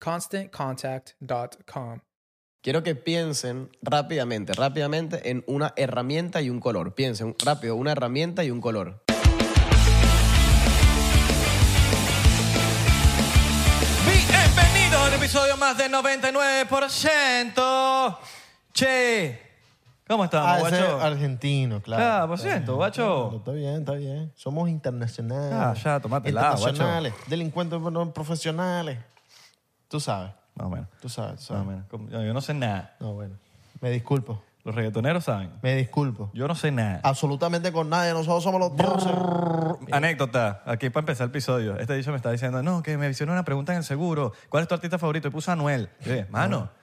ConstantContact.com. Quiero que piensen rápidamente, rápidamente en una herramienta y un color. Piensen rápido, una herramienta y un color. Bienvenido a un episodio más del 99%. Che, ¿cómo Ah, estamos, ese guacho? es argentino, claro. Ah, por cierto, bien, guacho. Está bien, está bien. Somos internacionales. Ah, ya, tómatela, guacho. Internacionales, delincuentes bueno, profesionales. Tú sabes, Más o menos. tú sabes, tú Más o sabes. menos. Como- Yo no sé nada. No, bueno. Me disculpo, Los reggaetoneros saben. me disculpo. Yo no sé nada. Ah, Eh, Absolutamente con nadie, nosotros somos los dioses. Anécdota, aquí para empezar el episodio. Este dicho me está diciendo, no, que me hicieron una pregunta en el seguro. ¿Cuál es tu artista favorito? Y puso a Anuel. Yo dije, mano, Ah.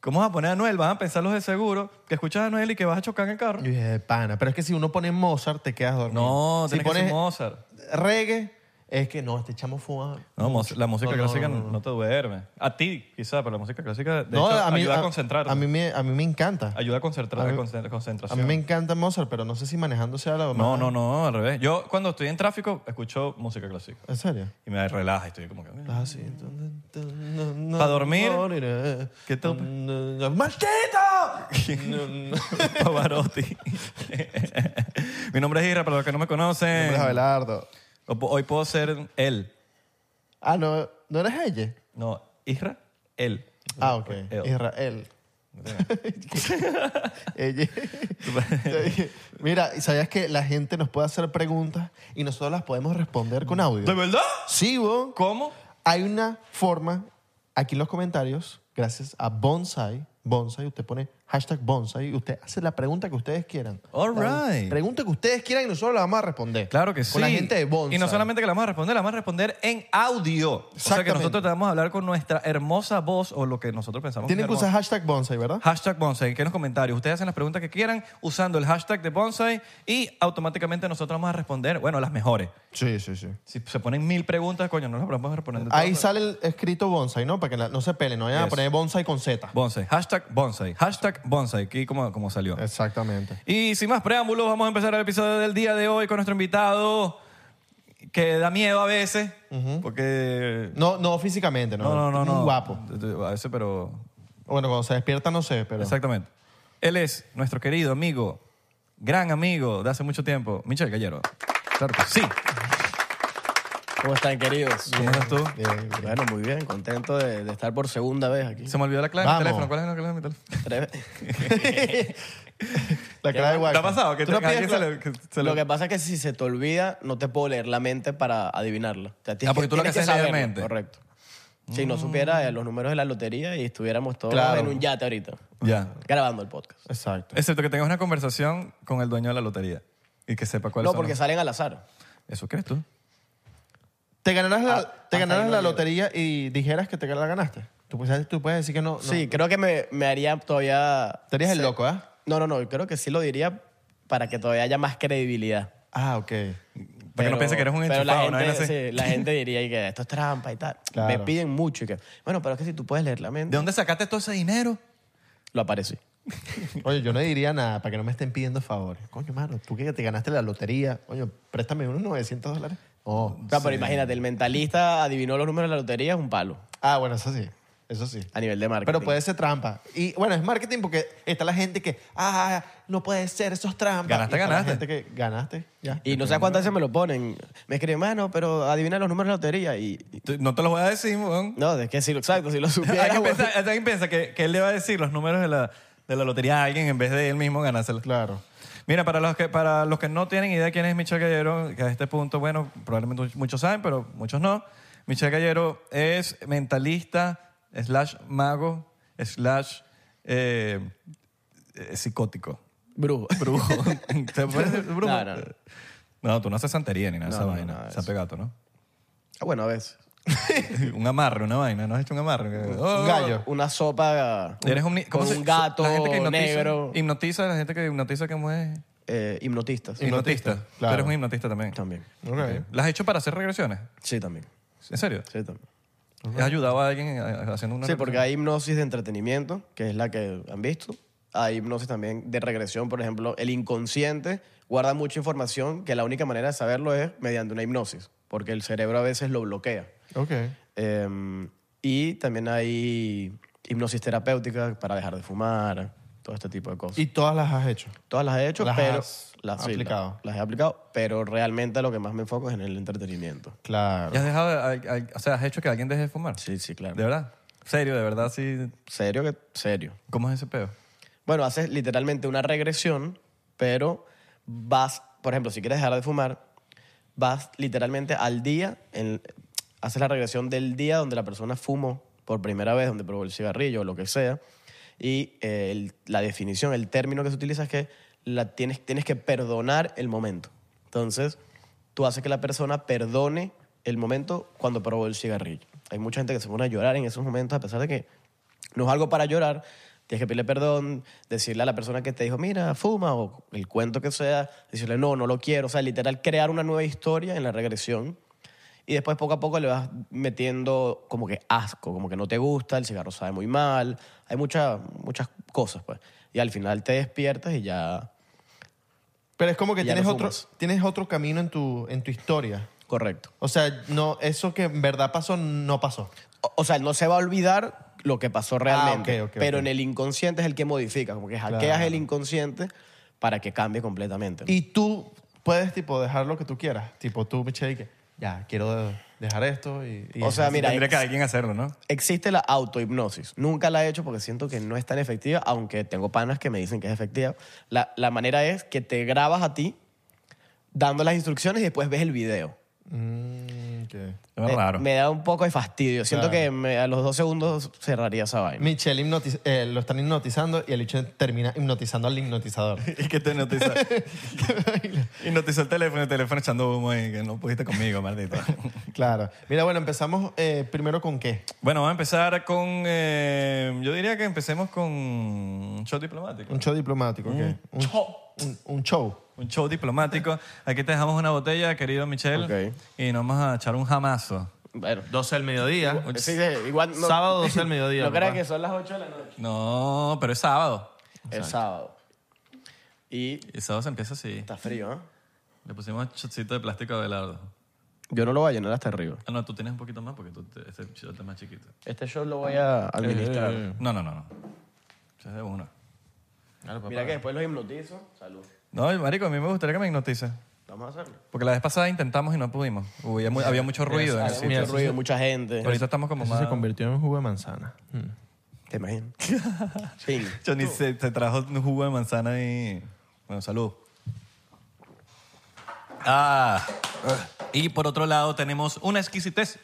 ¿cómo vas a poner a Anuel? Van a pensar los de seguro que escuchas a Anuel y que vas a chocar en el carro. Yo dije, de pana. Pero es que si uno pone Mozart, te quedas dormido. No, si tienes que ser Mozart. reggae, es que no, este chamo fuma. No, mos- la música No, no, clásica no, no, no, no. te duerme. A ti, quizá, pero la música clásica de No, hecho, a mí, ayuda a, concentrarte. A mí, me, a mí me encanta. ayuda a concentrar, a a mí- concent- A concentración. mí me encanta Mozart, pero no sé si manejando sea la no, no, no, al revés. Yo cuando estoy en tráfico escucho música clásica ¿En serio? y me relaja y estoy como que... Así. ¿Pa' ¿Para dormir? ¿Qué ¿Qué tope? tope? Pavarotti. Mi nombre es Ira, para los que no me conocen. Abelardo. O- Hoy puedo ser él. Ah, no, ¿no eres ella? No, Isra, él. Ah, ok. El. Israel. Ella. Mira, ¿y ¿sabías que la gente nos puede hacer preguntas y nosotros las podemos responder con audio? ¿De verdad? Sí, vos. ¿Cómo? Hay una forma aquí en los comentarios, gracias a Bonsai. Bonsai, usted pone hashtag Bonsai y usted hace la pregunta que ustedes quieran. All La right. Pregunta que ustedes quieran y nosotros la vamos a responder. Claro que sí. Con la gente de Bonsai. Y no solamente que la vamos a responder, la vamos a responder en audio. O sea que Exactamente. nosotros te vamos a hablar con nuestra hermosa voz o lo que nosotros pensamos. Tienen es que usar hermosa. hashtag Bonsai, ¿verdad? Hashtag Bonsai, que en los comentarios ustedes hacen las preguntas que quieran usando el hashtag de Bonsai y automáticamente nosotros vamos a responder, bueno, las mejores. Sí, sí, sí. Si se ponen mil preguntas, coño, no las vamos a responder. todas, Ahí pero- sale el escrito Bonsai, ¿no? Para que la- no se peleen, no vayan Yes. a poner Bonsai con Z. Bonsai. Hashtag Bonsai. Hashtag Bonsai. Aquí como, como salió. Exactamente. Y sin más preámbulos, vamos a empezar el episodio del día de hoy con nuestro invitado que da miedo a veces. Porque... No, no físicamente, ¿no? No, no, no. Muy no. guapo. A veces, pero... Bueno, cuando se despierta no sé, pero... Exactamente. Él es nuestro querido amigo, gran amigo de hace mucho tiempo, Michel Gallero. Claro que Sí. ¿Cómo están, queridos? ¿Cómo estás tú? Bien, bien. Bueno, muy bien, contento de, de estar por segunda vez aquí. Se me olvidó la clave de mi teléfono. Vamos. ¿Cuál es la clave de mi teléfono? Tres- La cara de ¿Te Guayco. ha pasado? Que Tú te, no que alguien pides se la- le- que se le- Lo que pasa es que si se te olvida, no te puedo leer la mente para adivinarla. O sea, tienes Ah, porque tú lo tienes que haces es leer saberlo, mente. Correcto. Si no supiera eh, los números de la lotería y estuviéramos todos Claro. en un yate ahorita, Ya. grabando el podcast. Exacto. Excepto que tengas una conversación con el dueño de la lotería y que sepa cuál No, son porque los- salen al azar. ¿Eso crees tú? Te ganarás la, Ah, te hasta ganarás ahí no la llego. lotería y dijeras que te la ganaste. Tú puedes, tú puedes decir que no. no. Sí, creo que me, me haría todavía... Te harías el se- loco, ¿ah? No, no, no. Creo que sí lo diría para que todavía haya más credibilidad. Ah, ok. Para que no piense que eres un pero enchufado, una la vaina gente, así. sí, la gente diría y que esto es trampa y tal. Claro. Me piden mucho y que... Bueno, pero es que si tú puedes leer la mente, ¿De dónde sacaste todo ese dinero? lo aparecí. Oye, yo no diría nada para que no me estén pidiendo favores. Coño, mano, tú que te ganaste la lotería, coño, préstame unos 900 dólares. Oh. O sea, pero imagínate, el mentalista adivinó los números de la lotería, es un palo Ah, bueno, eso sí. Eso sí. a nivel de marketing. Pero puede ser trampa. Y bueno, es marketing porque está la gente que, ah, no puede ser, eso es trampa. Ganaste, Y está la ganaste. gente que ganaste, ya. Y no sé cuántas veces me lo ponen. Me escriben, mano, pero adivina los números de la lotería. Y, y- Tú- No te lo voy a decir, weón. no, es que si lo exacto, si lo supiera. Alguien bueno. piensa, alguien piensa que, que él le va a decir los números de la, de la lotería a alguien en vez de él mismo ganárselos. Claro. Mira, para los, que, para los que no tienen idea de quién es Michelle Gallero, que a este punto, bueno, probablemente muchos saben, pero muchos no. Michelle Gallero es mentalista, slash mago, slash eh, eh, psicótico. Brujo. Brujo. ¿Te puedes decir brujo? No, no, no. No, tú no haces santería ni nada No, de esa no, vaina. nada de Se ha pegado, ¿no? Ah, Bueno, a veces. un amarre, una vaina. ¿No has hecho un amarre? Oh, Un gallo. Una sopa Eres un, ni- con ¿cómo se- un gato la gente que hipnotiza- negro. Hipnotiza, la gente que hipnotiza, ¿cómo es? Eh, hipnotistas. Hipnotista. Tú claro. eres un hipnotista también. También. Ok. ¿Las has hecho para hacer regresiones? Sí, también. ¿En serio? Sí, también. ¿Has ayudado a alguien a- a- haciendo una Sí, regresión? porque hay hipnosis de entretenimiento, que es la que han visto. Hay hipnosis también de regresión, por ejemplo, el inconsciente guarda mucha información que la única manera de saberlo es mediante una hipnosis, porque el cerebro a veces lo bloquea. Ok. Eh, y también hay hipnosis terapéutica para dejar de fumar, todo este tipo de cosas. Y todas las has hecho. Todas las he hecho, Las pero has sí, aplicado. las- las he aplicado, pero realmente lo que más me enfoco es en el entretenimiento. Claro. ¿Y has dejado, de- al- al- o sea, has hecho que alguien deje de fumar? Sí, sí, claro. ¿De verdad? ¿Serio? ¿De verdad? sí Serio que serio. ¿Cómo es ese pedo? Bueno, haces literalmente una regresión, pero vas, por ejemplo, si quieres dejar de fumar, vas literalmente al día, en- haces la regresión del día donde la persona fumó por primera vez, donde probó el cigarrillo o lo que sea, y eh, el- la definición, el término que se utiliza es que la tienes, tienes que perdonar el momento. Entonces, tú haces que la persona perdone el momento cuando probó el cigarrillo. Hay mucha gente que se pone a llorar en esos momentos, a pesar de que no es algo para llorar. Tienes que pedirle perdón, decirle a la persona que te dijo, mira, fuma, o el cuento que sea, decirle, no, no lo quiero. O sea, literal, crear una nueva historia en la regresión. Y después, poco a poco, le vas metiendo como que asco, como que no te gusta, el cigarro sabe muy mal. Hay muchas muchas cosas, pues. Y al final te despiertas y ya. Pero es como que Ya no tienes otro, fumas. tienes otro camino en tu, en tu historia. Correcto. O sea, no, eso que en verdad pasó, no pasó. O, o sea, no se va a olvidar lo que pasó realmente. Ah, ok, ok, pero ok. en el inconsciente es el que modifica, como que hackeas Claro. el inconsciente para que cambie completamente. ¿no? Y tú puedes, tipo, dejar lo que tú quieras. Tipo, tú, Michelle, que ya, quiero dejar esto y... y O sea, Ah, mira, Tendría que ex- alguien hacerlo, ¿no? existe la autohipnosis. Nunca la he hecho porque siento que no es tan efectiva, aunque tengo panas que me dicen que es efectiva. La, la manera es que te grabas a ti dando las instrucciones y después ves el video. Mm, ok. Es Eh, raro. Me da un poco de fastidio. Siento Claro. que me- a los dos segundos cerraría esa vaina. Michelle hipnotiz- eh, lo están hipnotizando y el bicho termina hipnotizando al hipnotizador. Y que te hipnotiza. hipnotizó el teléfono, el teléfono echando humo y que no pudiste conmigo, maldito. claro. Mira, bueno, empezamos eh, primero con qué. bueno, vamos a empezar con... eh, yo diría que empecemos con un show diplomático. Un show diplomático. ¿qué? Un show. Un, un show. Un show diplomático. Aquí te dejamos una botella, querido Michelle. Ok. Y nos vamos a echar un jamazo. Bueno, 12 del mediodía. sí, sí, igual no- Sábado 12 del mediodía. no creas papá. que son las 8 de la noche. No, pero es sábado. El sábado. Y El sábado se empieza así. está frío, ¿eh? Le pusimos chocito de plástico a Belardo. Yo no lo voy a llenar hasta arriba. Ah, no, tú tienes un poquito más porque tú te- ese shot es más chiquito. Este show lo voy a administrar. No, no, no, no. Ese es de uno. Mira que después los hipnotizo. Salud. No, marico, a mí me gustaría que me hipnotices. Vamos a hacerlo. Porque la vez pasada intentamos y no pudimos. Hubo- había mu- había mucho ruido en el Hay sitio. mucho ruido, mucha gente. Ahorita estamos como Eso más... se convirtió en un jugo de manzana. Te imagino. Fin. Johnny se, se trajo un jugo de manzana y... Bueno, salud. Ah, y por otro lado tenemos una exquisitez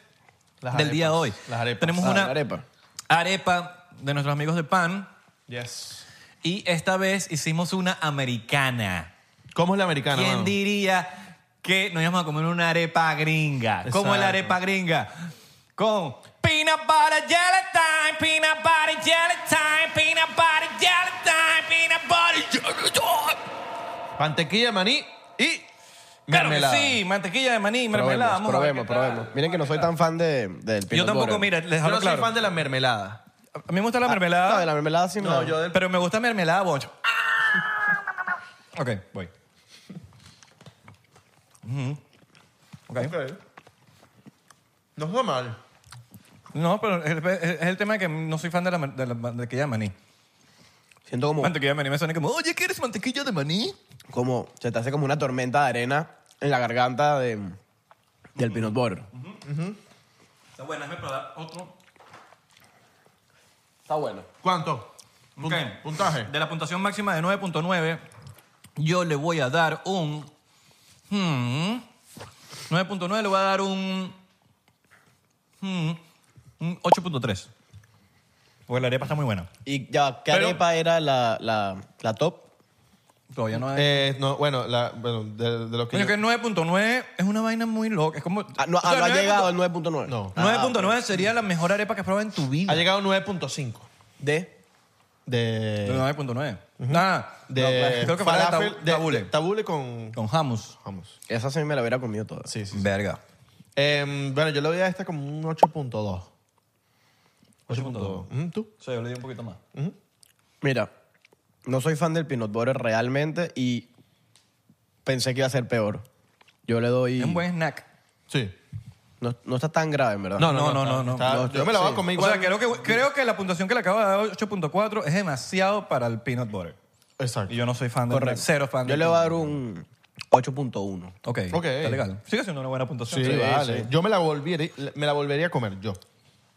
Las del día de arepas, hoy. las arepas. Tenemos Ah, una la arepa. arepa de nuestros amigos de pan Yes. y esta vez hicimos una americana. ¿Cómo es la americana, ¿Quién mano? diría que nos íbamos a comer una arepa gringa? ¿Cómo es la Exacto. arepa gringa? Con peanut butter jelly time, peanut butter jelly time, peanut butter jelly time, peanut butter jelly time. Mantequilla, maní y Claro que mermelada. sí, mantequilla de maní, mermelada. Probemos, Vamos a ver probemos, qué tal. probemos. Miren que no soy tan fan de, del Yo peanut tampoco, butter. mira, les Yo hablo no soy claro. fan de la mermelada. A mí me gusta la Ah, No, de mermelada, la mermelada sí No, yo del... pero me gusta mermelada boncho. Ok, voy. Ujú. Ok. Ok. No está mal. No, pero es el- es el tema de que no soy fan de la, mer- de la mantequilla de maní. Siento como, Mantequilla de maní me suena como, oye, ¿quieres mantequilla de maní? como... Se te hace como una tormenta de arena en la garganta de, Mm. del peanut butter. Está buena, déjame probar otro. Está bueno. ¿Cuánto? Pun- Puntaje. De la puntuación máxima de 9.9, yo le voy a dar un... hmm, 9.9 le voy a dar un... hmm, un 8.3. Porque la arepa está muy buena. Y ya, ¿qué Pero- arepa era la, la, la top? Todavía no hay... Eh, no, bueno, la, bueno de, de lo que. Coño, yo- que 9.9 es una vaina muy loca. Es como... Ah, no, o sea, ah, no ha 9.9 llegado al 9.9. No. Ah, 9.9 sería la mejor arepa que has probado en tu vida. Ha llegado 9.5 ¿De? De de. 9.9. Ah, Eh, De. no, creo que fue la de falafel- tabu- de- tabule. de tabule con. Con hummus. Vamos. Esa sí me la hubiera comido toda. Sí, sí. sí. Verga. Em, bueno, yo le doy a esta como un 8.2. 8.2. Ujú, ¿Tú? O sea, yo le di un poquito más. Mira, no soy fan del peanut butter realmente y pensé que iba a ser peor. Yo le doy... Es un buen snack. Sí. No, no está tan grave, en verdad. no, no, no. Está- No, yo me la voy a sí. comer O igual. sea, creo que, creo que la puntuación que le acabo de dar, 8.4, es demasiado para el peanut butter. Exacto. Y yo no soy fan del Correcto. Cero fan Yo del le voy a peanut dar un 8.1. butter. Ok, Ok. está legal. Sigue siendo una buena puntuación. Sí, Sí, vale. sí. Yo me la, volvería, me la volvería a comer yo.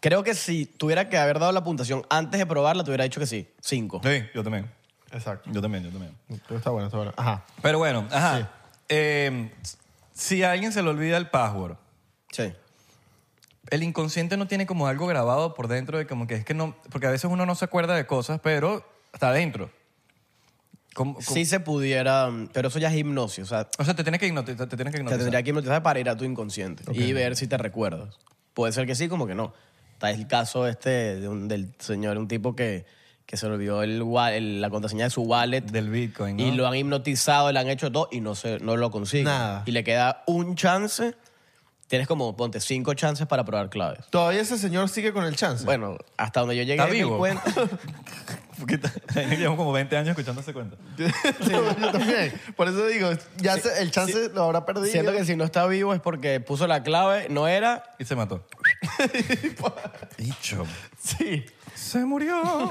Creo que si tuviera que haber dado la puntuación antes de probarla, te hubiera dicho que sí. 5. Sí, yo también. Exacto. Yo también, yo también. Pero está bueno, está bueno. Ajá. Pero bueno, ajá. Sí. Eh, si a alguien se le olvida el password, Sí. el inconsciente no tiene como algo grabado por dentro de como que es que no... Porque a veces uno no se acuerda de cosas, pero está adentro. Como- como- Si se pudiera, mm, pero eso ya es hipnosis. O sea, O sea, te tienes que hipnotizar. Te tienes que te hipnotizar. tendría que hipnotizar para ir a tu inconsciente y ver si te recuerdas. Puede ser que sí, como que no. Está el caso este de un- del señor, un tipo que, que se olvidó el, wa- el- la contraseña de su wallet. Del Bitcoin, ¿no? Y lo han hipnotizado, le han hecho todo y no, se, no lo consigue. Nada. Y le queda un chance. Tienes como, ponte, cinco chances para probar claves. Todavía ese señor sigue con el chance. Bueno, hasta donde yo llegué ¿Está me di vivo? cuenta. Porque t- Llevo como 20 años escuchando ese cuento. yo también. Por eso digo, ya se- el chance lo habrá perdido. Siento que si no está vivo es porque puso la clave, no era. Y se mató. Dicho. sí. Se murió.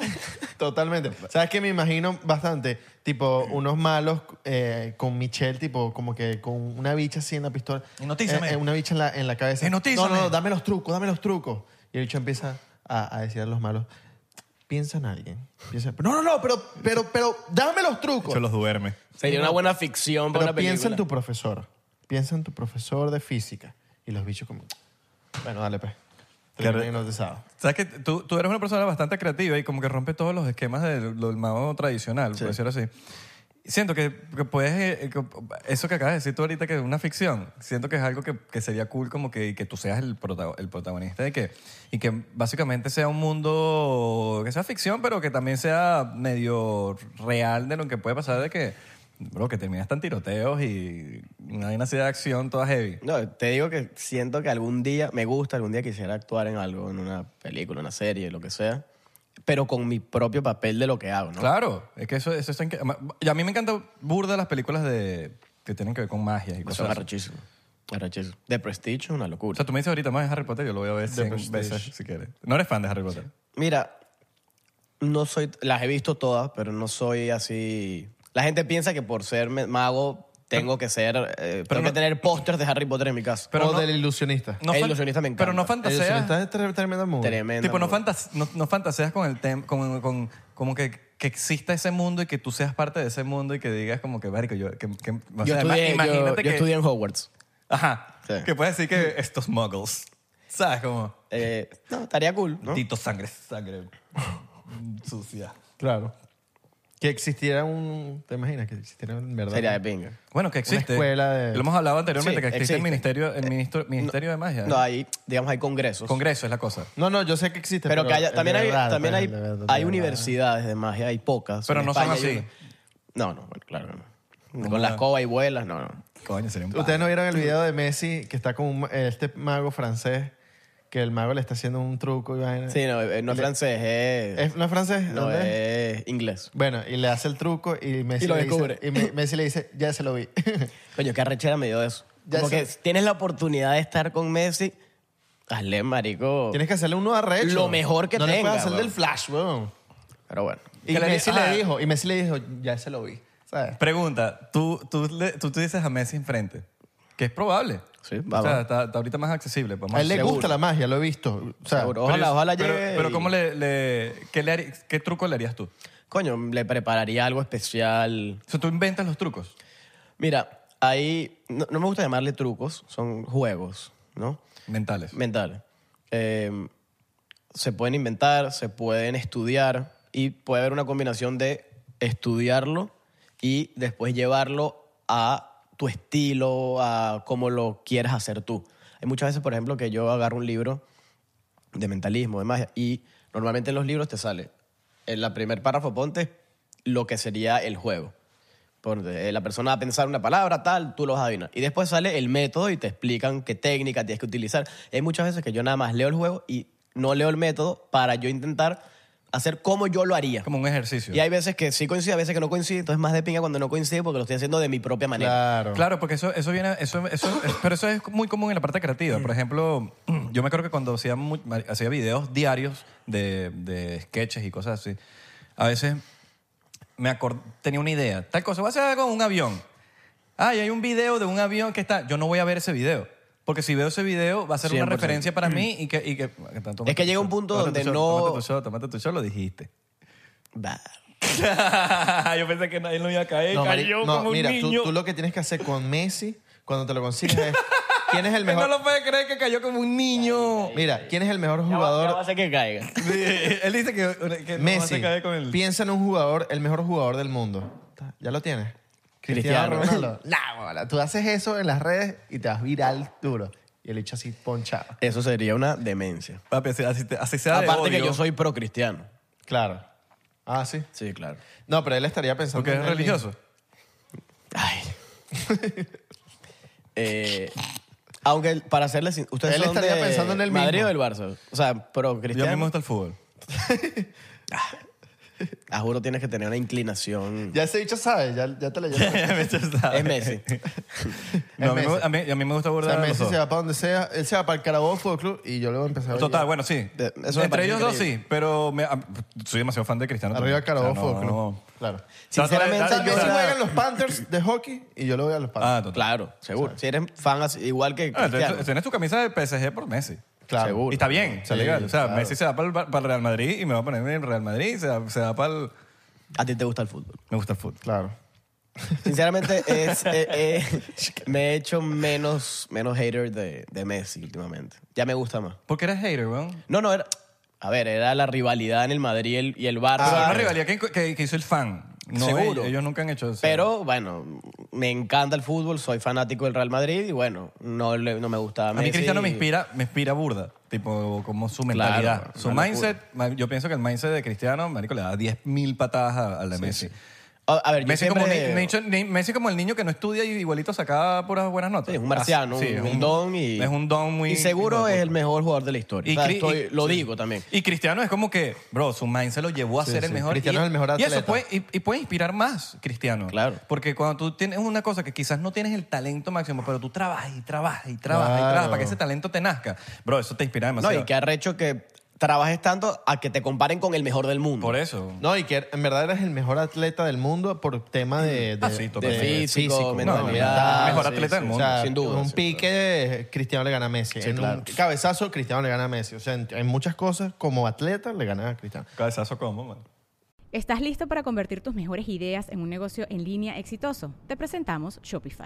Totalmente. ¿Sabes qué? Me imagino bastante, tipo, unos malos eh, con Michelle, tipo, como que con una bicha así en la pistola. Hipnotízame. Eh, eh, una bicha en la, en la cabeza. Hipnotízame. No, no, no, dame los trucos, dame los trucos. Y el bicho empieza a, a decir a los malos, piensa en alguien. Piensa, no, no, no, pero, pero, pero, dame los trucos. Se los duerme. Sería una buena ficción para Pero una película. piensa en tu profesor. Piensa en tu profesor de física. Y los bichos como, bueno, dale pues. Claro. Termina hipnotizado. Sabes que tú, tú eres una persona bastante creativa y como que rompe todos los esquemas del, del mago tradicional, por decirlo así. Siento que, que puedes... eh, que- eso que acabas de decir tú ahorita que es una ficción, siento que es algo que, que sería cool como que, que tú seas el, prota- el protagonista de que... Y que básicamente sea un mundo que sea ficción, pero que también sea medio real de lo que puede pasar de que... Bro, que terminas tan tiroteos y una vaina así de acción toda heavy. No, te digo que siento que algún día, me gusta, algún día quisiera actuar en algo, en una película, una serie, lo que sea, pero con mi propio papel de lo que hago, ¿no? Claro, es que eso, eso está... inque- Y a mí me encanta burda las películas de, que tienen que ver con magia y Eso cosas es así. arrechísimo. Arrechísimo. De Prestige, una O locura. sea, tú me dices ahorita más de Harry Potter, yo lo voy a ver 100 Prestige. veces si quieres. No eres fan de Harry Potter. Mira, no soy, las he visto todas, pero no soy así. La gente piensa que por ser me- mago tengo que ser, eh, tengo no- que tener pósters de Harry Potter en mi casa. Oh, Pero o no- del ilusionista. No El fan- ilusionista me encanta. Pero no El fantaseas. ilusionista es tre- tremendo mundo. Tremenda Tipo, no, mujer. fantas- no, no fantaseas con el tema, con, con como que, que exista ese mundo y que tú seas parte de ese mundo y que digas como que, marico, yo... que- que- o Yo sea, estudié- yo- imagínate yo que... estudié en Hogwarts. Ajá, Sí. que puedes decir que estos muggles, ¿sabes? Como Eh, no, estaría cool, ¿no? tito sangre, sangre sucia. Claro. Que existiera un... ¿Te imaginas que existiera en verdad? Sería de pinga. Bueno, que existe. escuela de- Lo hemos hablado anteriormente, Sí, que existe, el existe. Eh, Ministerio, el ministro- ministerio de Magia. No, hay, digamos, hay congresos. Congreso es la cosa. No, no, yo sé que existe. pero que haya, el también de hay, verdad, también pues, hay, el de verdad, hay de verdad. universidades de magia, hay pocas. Pero En no son España hay así. una. No, no, bueno, claro, no. Ni Con la escoba y vuelas, no, no. Coño, sería un Ustedes no vieron el video de Messi que está con un ma- este mago francés que el mago le está haciendo un truco y vaina. Sí, no, eh, no es Le- francés, es... ¿Es- ¿No es francés? no, ¿Dónde es? es inglés. Bueno, y le hace el truco y Messi, Y lo le, dice- descubre. y Me- Messi le dice, ya se lo vi. Coño, qué arrechera me dio eso. Ya Como que sabes. tienes la oportunidad de estar con Messi, hazle, marico. Tienes que hacerle uno arrecho. Lo mejor que no No le tenga, puedes hacer weón. del flash, weón. Pero bueno. Y Que le di- Messi ajá. "Ah". le dijo, y Messi le dijo, ya se lo vi. ¿Sabes? Pregunta, ¿tú, tú, le- tú te dices a Messi enfrente, que es probable. Sí, O vamos. sea, está, está ahorita más accesible. vamos A él le decir. gusta la magia, lo he visto. O sea, Seguro. Pero Ojalá, yo- ojalá pero, llegue Pero y- ¿cómo le, le- qué, le harí- ¿qué truco le harías tú? O Coño, le prepararía algo especial. sea, tú inventas los trucos. Mira, ahí no, no me gusta llamarle trucos, son juegos, ¿no? Mentales. Mentales. Eh, se pueden inventar, se pueden estudiar y puede haber una combinación de estudiarlo y después llevarlo a tu estilo, a cómo lo quieras hacer tú. Hay muchas veces, por ejemplo, que yo agarro un libro de mentalismo, de magia, y normalmente en los libros te sale, en la primer párrafo ponte lo que sería el juego. Ponte, eh, la persona va a pensar una palabra, tal, tú lo vas a adivinar. Y después sale el método y te explican qué técnica tienes que utilizar. Hay muchas veces que yo nada más leo el juego y no leo el método para yo intentar hacer como yo lo haría. Como un ejercicio. Y hay veces que sí coincide, a veces que no coincide, entonces más de pinga cuando no coincide porque lo estoy haciendo de mi propia manera. claro. Claro, porque eso, eso viene, eso, eso, es- pero eso es muy común en la parte Mm. creativa. Por ejemplo, yo me acuerdo que cuando hacía, mu- hacía videos diarios de, de sketches y cosas así, a veces me acor- tenía una idea. Tal cosa, voy a hacer algo con un avión. Ay, hay un video de un avión que está. Yo no voy a ver ese video. Porque si veo ese video, va a ser una 100%. referencia para mí y que. y que- que tanto- Mm. Es que llega un punto Tómate tu donde shot, no- Tómate tu shot, tómate tu shot, lo dijiste. Bah. Yo pensé que nadie lo iba a caer. No, mari- cayó no, como un mira, tú- niño. Tú, lo que tienes que hacer con Messi cuando te lo consigues es quién es el Que mejor. No lo puede creer que cayó como un niño. Mira, quién es el mejor Ya va- ya va a jugador. hacer que caiga. Sí, él dice que, que no Messi. se cae con el... Piensa en un jugador, el mejor jugador del mundo. Ya lo tienes. Cristiano. Ronaldo. Nah, bola, tú haces eso en las redes y te vas viral duro. Y el hecho así ponchado. Eso sería una demencia. Papi, así, así, te- así sea de Aparte que odio, yo soy pro cristiano. Claro. Ah, sí. Sí, claro. No, pero él estaría pensando. Porque en es él mismo. religioso. Ay. Eh, aunque el- para hacerle sin- ustedes Él son estaría de pensando en él Madrid mismo. o del Barça, o sea, pro Yo a mí me cristiano. gusta el fútbol. Ah, juro tienes que tener una inclinación. Ya ese dicho sabe, ya, ya te lo llevo. Es Messi. No, a, mí, Es me- Messi. a mí- a mí me gusta O sea, abordar los Messi dos. se va para donde sea, él se va para el Carabobo Fútbol Club y yo luego empezaba a Total, bueno, sí. De- eso me Entre parece ellos dos increíble. sí, pero me- a- soy demasiado fan de Cristiano. Arriba el también. O sea, Carabobo Fútbol Club. no- Claro. Sinceramente, O sea, Trato de- Messi yo- juega en los Panthers de hockey y yo lo voy a los Ah, Panthers. total. Claro, seguro. Si eres fan así- igual que Ah, entonces, cristiano. Tienes tu camisa del PSG por Messi. claro. seguro. Y está bien, está Sí, legal. O sea, claro. Messi se va para el, para el Real Madrid y me va a poner en el Real Madrid y se va, se va para el... A ti te gusta el fútbol. Me gusta el fútbol. Claro. Sinceramente, es, eh, eh, me he hecho menos, menos hater de, de Messi últimamente. Ya me gusta más. Porque eres hater, weón. No, no, era. A ver, era la rivalidad en el Madrid y el, y el Barça. Pero es Ah, una rivalidad que, que- que hizo el fan. No, Seguro. Ellos, ellos nunca han hecho eso. Pero bueno, me encanta el fútbol, soy fanático del Real Madrid y bueno, no, le- no me gusta. A mí Messi. Cristiano me inspira, me inspira burda. Tipo, como su Claro, mentalidad. una su locura. mindset, ma- yo pienso que el mindset de Cristiano, marico, le da 10.000 patadas a, a la Messi. A, a ver, yo Messi, siempre- como ni- nicho- ni- Messi como el niño que no estudia y igualito sacaba puras buenas notas. Sí, es un marciano, Ah, sí, un, un don y. Es un don muy... Y seguro muy- es el mejor jugador de la historia. Y O sea, Cri- estoy- y- lo sí. digo también. Y Cristiano es como que, bro, su mindset lo llevó a Sí, ser el sí. mejor. Cristiano y, es el mejor y eso atleta. puede, y, y puede inspirar más, Cristiano. Claro. Porque cuando tú tienes una cosa que quizás no tienes el talento máximo, pero tú trabajas y trabajas y trabajas y Claro. trabajas para que ese talento te nazca. Bro, eso te inspira No, demasiado. y que arrecho que trabajes tanto a que te comparen con el mejor del mundo. Por e- eso. No, y que en verdad eres el mejor atleta del mundo por tema de, de, Ah, sí, de totalmente. Físico, mentalidad, mental, mejor atleta del mundo. O sea, Sin duda, Un sin pique, Cristiano le gana a Messi. en claro. un cabezazo, Cristiano le gana a Messi. O sea, en, en muchas cosas, como atleta, le gana a Cristiano. Cabezazo como, man. ¿Estás listo para convertir tus mejores ideas en un negocio en línea exitoso? Te presentamos Shopify.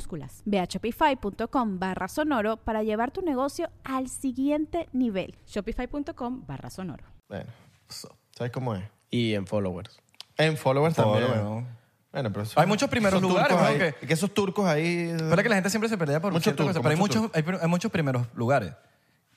Ve a shopify.com barra sonoro para llevar tu negocio al siguiente nivel. Shopify.com barra sonoro. Bueno, so- ¿sabes cómo es? Y en followers. En followers Follower, también. ¿no? Bueno, pero eso- Hay muchos primeros esos lugares, turcos ¿no? ahí- Que- que esos turcos ahí. Pero es que la gente siempre se pelea por Mucho muchas turco, cosas. Pero hay mucho muchos, hay, hay muchos primeros lugares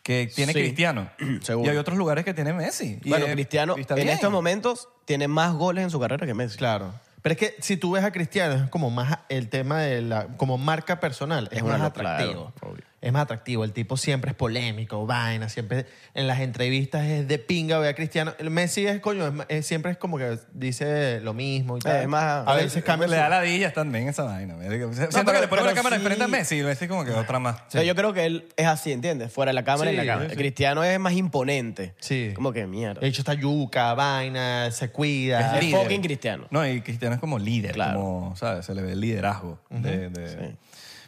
que tiene Sí. Cristiano. Seguro. Y hay otros lugares que tiene Messi. Y, bueno, eh, Cristiano y está en bien. estos momentos tiene más goles en su carrera que Messi. Claro. Pero es que si tú ves a Cristiano, es como más el tema de la como marca personal. Es, Es una más locura, atractivo. claro, obvio. Es más atractivo. El tipo siempre es polémico, vaina, siempre en las entrevistas es de pinga ve a Cristiano. El Messi es coño, es ma- es- siempre es como que dice lo mismo y tal. Eh, es más- a veces cambia Le su- da ladillas también esa vaina. marico. Siento Pues pero- que le ponen pero una cámara sí. enfrente a Messi y Messi como que otra más. O sea, yo creo que él es así, ¿entiendes? Fuera de la cámara y en Sí, la cámara. sí. Cristiano es más imponente. Sí. Como que mierda. De hecho está yuca, vaina, se cuida. Es líder. fucking Cristiano. No, y Cristiano es como líder, Claro. como, ¿sabes? Se le ve el liderazgo. de, de-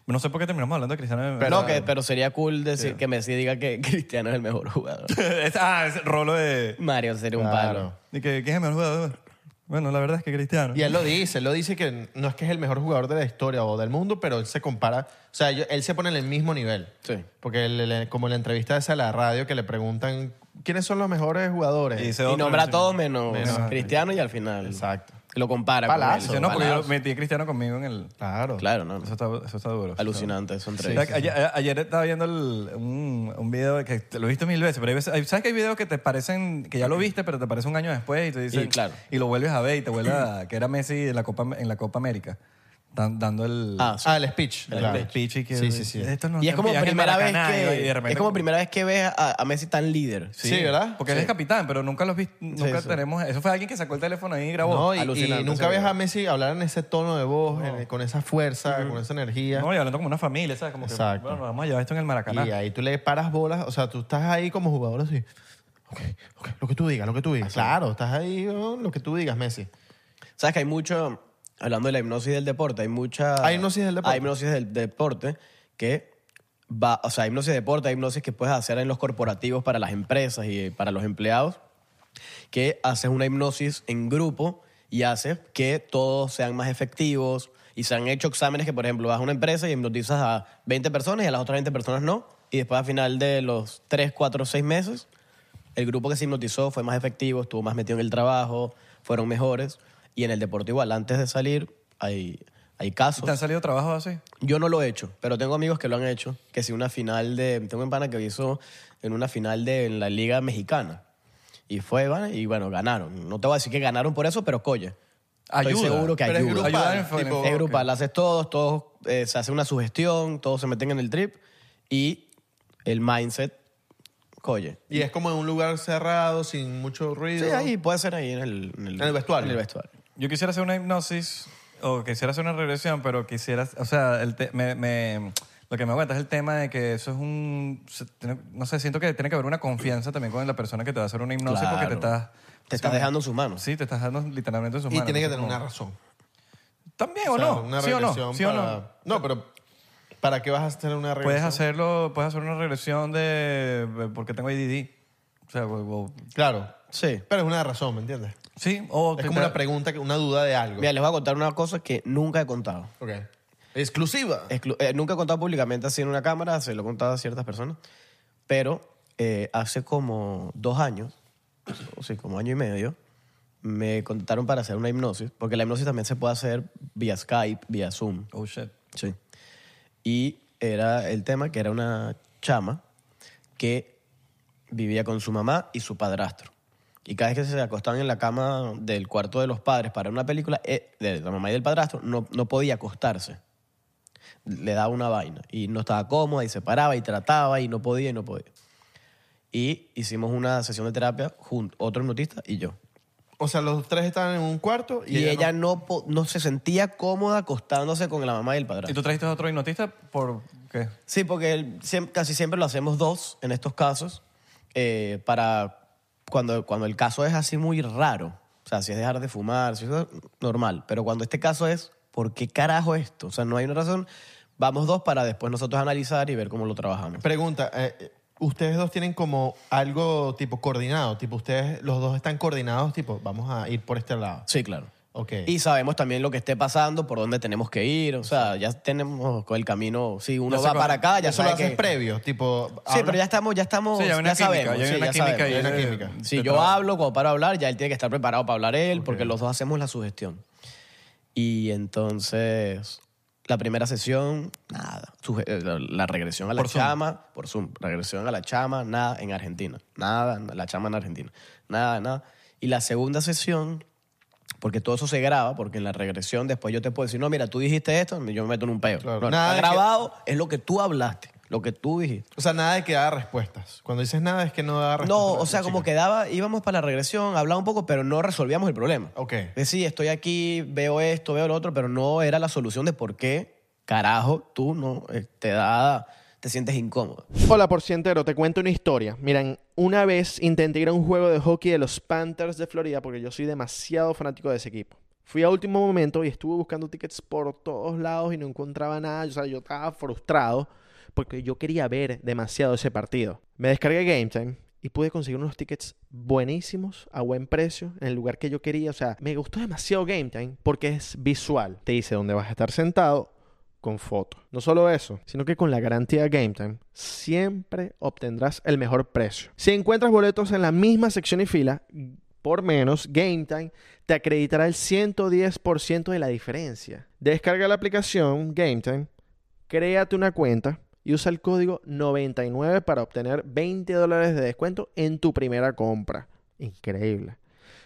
No sé por qué terminamos hablando de Cristiano. Pero, no, que, pero sería cool decir que Messi diga que Cristiano es el mejor jugador. Es- ah, es rolo de... Mario sería un Claro. palo. ¿Y que, quién es el mejor jugador? Bueno, la verdad es que Cristiano. Y él lo dice, él lo dice que no es que es el mejor jugador de la historia o del mundo, pero él se compara, o sea, yo- él se pone en el mismo nivel. Sí. Porque el- el- como la entrevista esa a la radio que le preguntan quiénes son los mejores jugadores. Y dice Y otro, nombra a sí. todos menos, Menos. Cristiano y al final. Exacto. Lo compara Palazo. con Dice, él. no, porque yo Balazos. metí a Cristiano conmigo en el... Claro. Claro, no. Eso está, eso está duro. Alucinante eso O entrevista. sea, Ayer, eh, ayer estaba viendo el- un, un video que te lo he visto mil veces, pero hay veces- hay- ¿sabes que hay videos que te parecen, que ya lo viste, pero te parece un año después y te dicen, Y claro. y lo vuelves a ver y te vuelve a, que era Messi en la Copa, en la Copa América, dan- dando el, Ah, sí. Ah, el speech. El claro. el speech y que, Sí, sí, sí. esto no- Y es como en el primera vez Maracaná, y de que repente- es como primera vez que ves a, a Messi tan líder. Sí, ¿verdad? Porque Sí. él es capitán, pero nunca los viste, nunca sí. tenemos, eso fue alguien que sacó el teléfono ahí y grabó. No, y- y, Alucinante, nunca sí, ves a verdad. Messi hablar en ese tono de voz, en- con esa fuerza, con esa energía. No, y hablando como una familia, ¿sabes? Como Exacto. que, bueno, vamos a llevar esto en el Maracaná. Y ahí tú le paras bolas, o sea, tú estás ahí como jugador así. Ok, ok, lo que tú digas, lo que tú digas. Claro, estás ahí, ¿no? lo que tú digas, Messi. Sabes que hay mucho, hablando de la hipnosis del deporte, hay mucha... Hay hipnosis del deporte. Hay hipnosis del deporte que va, o sea, hay hipnosis de deporte, hay hipnosis que puedes hacer en los corporativos para las empresas y para los empleados, que haces una hipnosis en grupo y haces que todos sean más efectivos y se han hecho exámenes que, por ejemplo, vas a una empresa y hipnotizas a 20 personas y a las otras 20 personas no, y después al final de los 3, 4, 6 meses el grupo que se hipnotizó fue más efectivo, estuvo más metido en el trabajo, fueron mejores. Y en el deporte igual, antes de salir hay, hay ¿Y te han casos. salido trabajos así? Yo no lo he hecho, pero tengo amigos que lo han hecho. Que si una final de... Tengo un pana que hizo en una final de en la Liga Mexicana. Y fue, ¿vale? y bueno, ganaron. No te voy a decir que ganaron por eso, pero coye. Estoy Ayuda. seguro que Pero ayuda. es grupal, Ayudar en tipo- Es Ok. grupal, la haces todos, todos eh, se hace una sugestión, todos se meten en el trip y el mindset, coye. Y es como en un lugar cerrado, sin mucho Sí, ruido. ahí puede ser ahí en el, En el vestuario. En el vestuario. Yo quisiera hacer una hipnosis o quisiera hacer una regresión, pero quisiera, o sea, el te- me- me- lo que me aguanta es el tema de que eso es un, se- tiene- no sé, siento que tiene que haber una confianza también con la persona que te va a hacer una hipnosis Claro. porque te estás... Te estás dejando en sus manos. Sí, te estás dejando literalmente en sus Y manos. tiene que tener Como- una razón. También o, O sea, no, Una sí o no, regresión sí o para- no. No, pero ¿para qué vas a hacer una regresión? Puedes hacerlo, puedes hacer una regresión de eh, porque tengo ADD. O sea, o- o- Claro. Sí. Pero es una razón, ¿me entiendes? sí, o Es te- como una pregunta, que- una duda de algo. Mira, les voy a contar una cosa que nunca he contado. Ok. Exclusiva. Exclu- eh, nunca he contado públicamente así en una cámara, se lo he contado a ciertas personas. Pero eh, hace como dos años, o sí, como año y medio, me contactaron para hacer una hipnosis, porque la hipnosis también se puede hacer vía Skype, vía Zoom. Oh shit. Sí. Y era el tema que era una chama que vivía con su mamá y su padrastro. Y cada vez que se acostaban en la cama del cuarto de los padres para ver una película, eh, de la mamá y del padrastro, no, no podía acostarse. Le daba una vaina. Y no estaba cómoda y se paraba y trataba y no podía y no podía. Y hicimos una sesión de terapia junto, otro hipnotista y yo. O sea, los tres estaban en un cuarto y, Y, ella no. po- No, se sentía cómoda acostándose con la mamá y el padrastro. ¿Y tú trajiste a otro hipnotista por qué? Sí, porque el- siem- casi siempre lo hacemos dos en estos casos, eh, para cuando, cuando el caso es así muy raro. O sea, si es dejar de fumar, si es normal. Pero cuando este caso es, ¿por qué carajo esto? O sea, no hay una razón. Vamos dos para después nosotros analizar y ver cómo lo trabajamos. Pregunta, eh, ustedes dos tienen como algo tipo coordinado, tipo ustedes los dos están coordinados, tipo vamos a ir por este lado. Sí, claro. Ok. Y sabemos también lo que esté pasando, por dónde tenemos que ir. O sea, ya tenemos el camino. Si uno Ya va sé cuál- para acá, ya Eso lo sabe haces que... previo, tipo Sí, pero ya hablas- estamos, ya estamos, Sí, hay ya, una química, sabemos. ya hay sí, una ya química sabemos. ahí hay una de- química. de Si yo trabajo. hablo, cuando paro de hablar, ya él tiene que estar preparado para hablar él, porque los dos hacemos la sugestión. Y entonces, la primera sesión, nada. Suge- eh, la, la regresión a la Por Zoom. chama, por Zoom. Regresión a la chama, nada, en Argentina. Nada, na- la chama en Argentina. Nada, nada. Y la segunda sesión, porque todo eso se graba, porque en la regresión después yo te puedo decir, no, mira, tú dijiste esto, yo me meto en un peo. Claro. No, está Nada de que- grabado, es lo que tú hablaste, lo que tú dijiste. O sea, nada de que da respuestas. Cuando dices nada es que no da respuestas. No, o sea, como quedaba, íbamos para la regresión, hablábamos un poco, pero no resolvíamos el problema. Ok. Es sí, estoy aquí, veo esto, veo lo otro, pero no era la solución de por qué, carajo, tú no eh, te da, te sientes incómodo. Hola, por cientero, te cuento una historia. Miren, una vez intenté ir a un juego de hockey de los Panthers de Florida porque yo soy demasiado fanático de ese equipo. Fui a último momento y estuve buscando tickets por todos lados y no encontraba nada. O sea, yo estaba frustrado porque yo quería ver demasiado ese partido. Me descargué Game Time y pude conseguir unos tickets buenísimos, a buen precio, en el lugar que yo quería. O sea, me gustó demasiado Game Time porque es visual. Te dice dónde vas a estar sentado, con foto. No solo eso, sino que con la garantía Game Time siempre obtendrás el mejor precio. Si encuentras boletos en la misma sección y fila, por menos, Game Time te acreditará el 110% de la diferencia. Descarga la aplicación Game Time, créate una cuenta y usa el código 99 para obtener 20 dólares de descuento en tu primera compra. Increíble.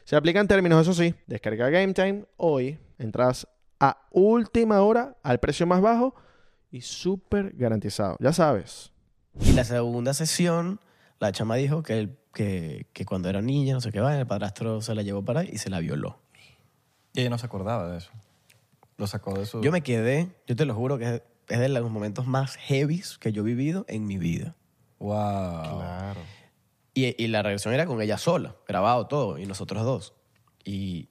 Se aplican términos, eso sí. Descarga Game Time hoy, entras a última hora al precio más bajo y súper garantizado. Ya sabes. Y la segunda sesión, la chama dijo que, él- que, que cuando era niña, no sé qué va, el padrastro se la llevó para ahí y se la violó. Y ella no se acordaba de eso. Lo sacó de su... Yo me quedé, yo te lo juro que es, es de los momentos más heavies que yo he vivido en mi vida. Wow. Ah. Claro. Y, y la regresión era con ella sola, grabado todo, y nosotros dos. Y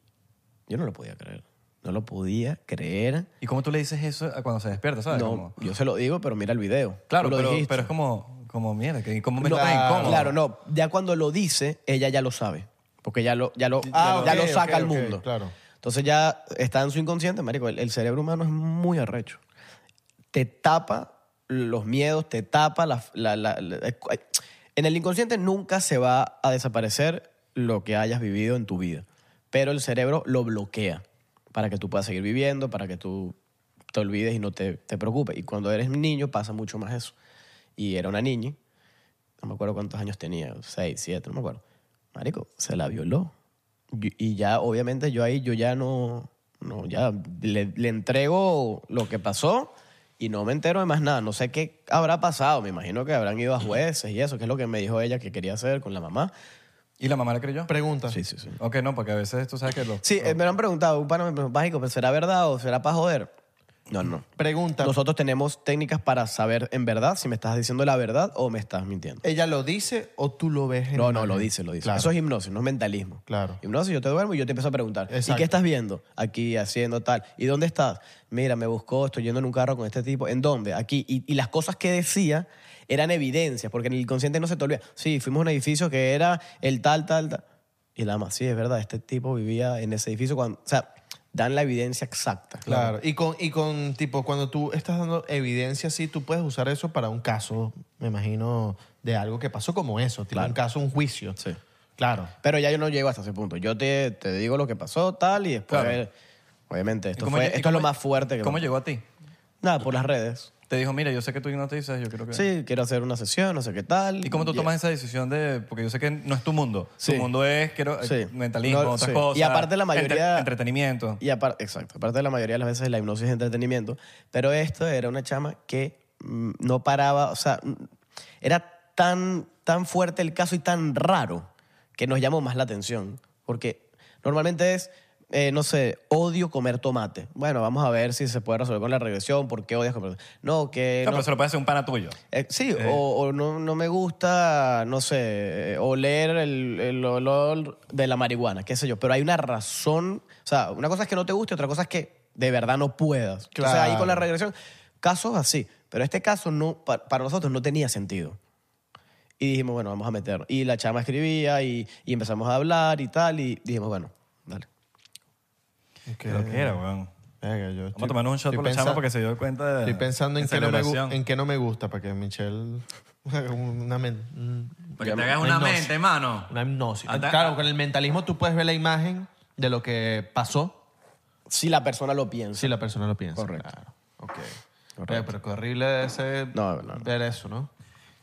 yo no lo podía creer. No lo podía creer. ¿Y cómo tú le dices eso a cuando se despierta, sabes? No, Como- yo se lo digo, pero mira el video. Claro, Tú lo pero, dijiste. pero es como, como mierda, que como me No, traen claro, incómodo. claro, no. Ya cuando lo dice, ella ya lo sabe. Porque ya lo, ya lo, Ah, ya ok, lo saca ok, al ok, mundo. claro. Entonces ya está en su inconsciente, marico. El, el cerebro humano es muy arrecho. Te tapa los miedos, te tapa la, la- la- la- En el inconsciente nunca se va a desaparecer lo que hayas vivido en tu vida. Pero el cerebro lo bloquea para que tú puedas seguir viviendo, para que tú te olvides y no te, te preocupes. Y cuando eres niño pasa mucho más eso. Y era una niña, no me acuerdo cuántos años tenía, seis, siete, no me acuerdo. Marico, se la violó. Y y ya, obviamente, yo ahí, yo ya no, no ya le, le entrego lo que pasó y no me entero de más nada. No sé qué habrá pasado. Me imagino que habrán ido a jueces y eso, que es lo que me dijo ella que quería hacer con la mamá. ¿Y la mamá le creyó? Pregunta. Sí, sí, sí. Ok, no, porque a veces tú sabes que los... Sí, eh, me lo han preguntado, un pana me preguntó, "Mágico, ¿pero será verdad o será para joder? No, no. Pregunta. Nosotros tenemos técnicas para saber en verdad si me estás diciendo la verdad o me estás mintiendo. ¿Ella lo dice o tú lo ves en No, imagen? no, lo dice, lo dice. Claro. Eso es hipnosis, no es mentalismo. Claro. Hipnosis, yo te duermo y yo te empiezo a preguntar. ¿Y Exacto. qué estás viendo? Aquí, haciendo tal. ¿Y dónde estás? Mira, me buscó, estoy yendo en un carro con este tipo. ¿En dónde? Aquí. Y, y las cosas que decía eran evidencias, porque en el inconsciente no se te olvida. Sí, fuimos a un edificio que era el tal, tal, tal. Y la más, sí, es verdad, este tipo vivía en ese edificio cuando... O sea, dan la evidencia exacta. Claro. Y con, y con, tipo, cuando tú estás dando evidencia así, tú puedes usar eso para un caso, me imagino, de algo que pasó como eso. Tipo, Claro. un caso, un juicio. Sí. Claro. Pero ya yo no llego hasta ese punto. Yo te, te digo lo que pasó, tal, y después... a ver, Obviamente, ¿Y esto, cómo fue, lle- y esto es lo cómo- más fuerte que... ¿Cómo llegó a ti? Nada, por las redes. Te dijo, mira, yo sé que tú no te dices, yo creo que... Sí, quiero hacer una sesión, no sé qué tal. ¿Y cómo tú tomas esa decisión de...? Porque yo sé que no es tu mundo. Sí. Tu mundo es, quiero, eh, Sí. mentalismo, No, otras sí. cosas. Y aparte la entre- mayoría- entretenimiento. Y aparte, exacto, aparte de la mayoría de las veces la hipnosis es entretenimiento, pero esto era una chama que mm, no paraba, o sea, mm, era tan, tan fuerte el caso y tan raro que nos llamó más la atención, porque normalmente es, eh, no sé, odio comer tomate. Bueno, vamos a ver si se puede resolver con la regresión, ¿por qué odias comer tomate? No, que... no, eh, no- pero se lo puede hacer un pana tuyo. eh, sí, o, o no, no me gusta, no sé, eh, oler el, el olor de la marihuana, qué sé yo. Pero hay una razón. O sea, una cosa es que no te guste, otra cosa es que de verdad no puedas. O sea, ahí con la regresión. Casos así. Pero este caso no, pa- para, nosotros no tenía sentido. Y dijimos, bueno, vamos a meternos. Y la chama escribía y, y empezamos a hablar y tal. Y dijimos, bueno, dale. Creo que era, weón. Eh, Venga, yo Vamos a tomarnos un shot por la chama porque se dio cuenta de Estoy pensando en, de qué no me, gu- celebración. en qué no me gusta para que Michelle haga una, men- un- Para que te hagas una hipnosis. mente, mano. una hipnosis. Anda- Claro, con el mentalismo tú puedes ver la imagen de lo que pasó Si la persona lo piensa. si la persona lo piensa. Correcto. Claro. Ok. Oye, pero qué horrible ese, No, no, no. ver eso, ¿no?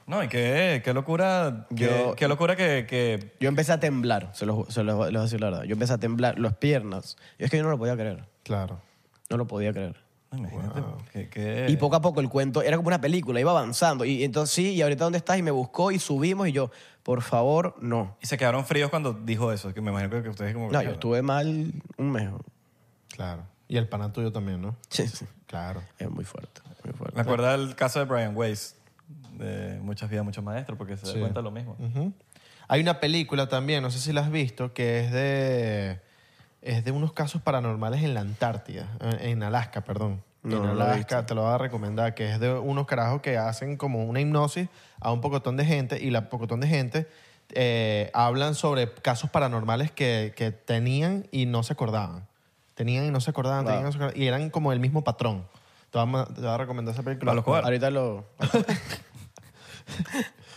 No, y qué, qué locura, qué, Yo- qué locura que, que Yo empecé a temblar, se los, se los- les voy a decir la verdad. Yo empecé a temblar, las piernas. Yo es que yo no lo podía creer. Claro. No lo podía creer. Ay, Imagínate. que- que- Eh. Y poco a poco el cuento era como una película, iba avanzando. Y entonces, sí, ¿y ahorita dónde estás? Y me buscó y subimos. Y yo, por favor, no. y se quedaron fríos cuando dijo eso. Que me imagino que ustedes como... No, yo estuve mal un mes. Claro. Y el pana tuyo también, ¿no? Sí, sí. Claro. Es muy fuerte, muy fuerte. Me acuerdo del caso de Brian Weiss. De muchas vidas, muchos maestros, porque se da Sí. cuenta lo mismo. Ujú. Hay una película también, no sé si la has visto, que es de, es de unos casos paranormales en la Antártida, eh, en Alaska, perdón. No, en no la he Alaska, te lo voy a recomendar, que es de unos carajos que hacen como una hipnosis a un pocotón de gente y la pocotón de gente eh, hablan sobre casos paranormales que, que tenían y no se acordaban. Tenían y no se acordaban, Wow. tenían y no se acordaban, y eran como el mismo patrón. Te voy a, ma- te voy a recomendar esa película. Para los cubaros. Ahorita lo...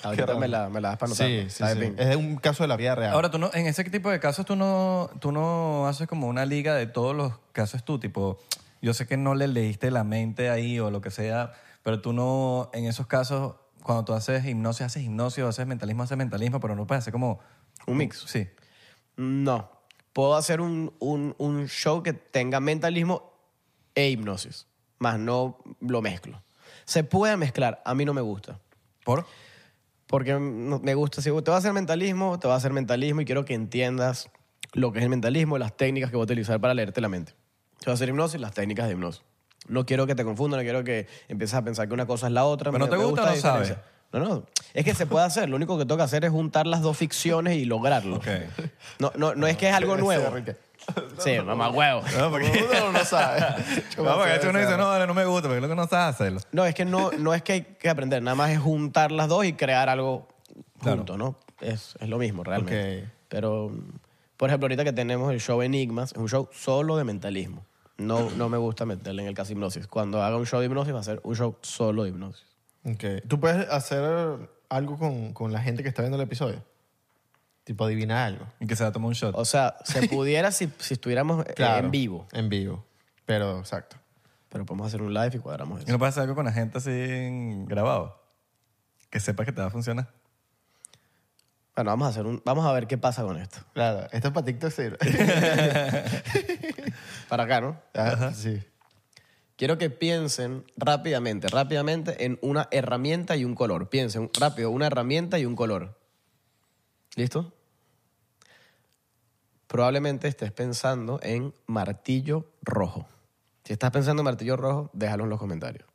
ahorita me la, me la das para notar. Sí, sí, sí. Es de un caso de la vida real. Ahora, tú no, en ese tipo de casos, tú no, tú no haces como una liga de todos los casos tú, tipo, yo sé que no le leíste la mente ahí o lo que sea, pero tú no, en esos casos, cuando tú haces hipnosis, haces hipnosis, haces mentalismo, haces mentalismo, pero no puedes hacer como... Un mix. Sí. No. Puedo hacer un, un- un show que tenga mentalismo e hipnosis, más no lo mezclo. Se puede mezclar, a mí no me gusta. ¿Por? Porque mm, no- me gusta, si te vas a hacer mentalismo, te vas a hacer mentalismo y quiero que entiendas lo que es el mentalismo, las técnicas que voy a utilizar para leerte la mente. Si vas a hacer hipnosis, las técnicas de hipnosis. No quiero que te confundan, no quiero que empieces a pensar que una cosa es la otra. Pero no te gusta, la no sabes. diferencia. No, no. Es que se puede hacer. Lo único que toca hacer es juntar las dos ficciones y lograrlo. Ok. No, no, no es que es algo nuevo. Sí, mamá huevo. Ah, No, porque... Uno no sabe. No, porque tú no dices, no, vale, no me gusta, porque lo que no sabes hacerlo. No, es que no, no es que hay que aprender, nada más es juntar las dos y crear algo junto, ¿no? Es, es lo mismo realmente. Ok. Pero, por ejemplo, ahorita que tenemos el show Enigmas, es un show solo de mentalismo. No, no me gusta meterle en el caso hipnosis. Cuando haga un show de hipnosis va a ser un show solo de hipnosis. Ok. ¿Tú puedes hacer algo con, con la gente que está viendo el episodio? Tipo, adivinar algo. Y que se va a tomar un shot. O sea, se pudiera si, si estuviéramos eh, en vivo, En vivo. Pero, exacto. pero podemos hacer un live y cuadramos Y eso. no puedes hacer algo con la gente así en- grabado. Que sepas que te va a funcionar. Bueno, vamos a, hacer un, vamos a ver qué pasa con esto. Claro, esto es para TikTok sirve. Para acá, ¿no? Ah, sí. Quiero que piensen rápidamente, rápidamente en una herramienta y un color. Piensen rápido, una herramienta y un color. ¿Listo? Probablemente estés pensando en martillo rojo. Si estás pensando en martillo rojo, déjalo en los comentarios.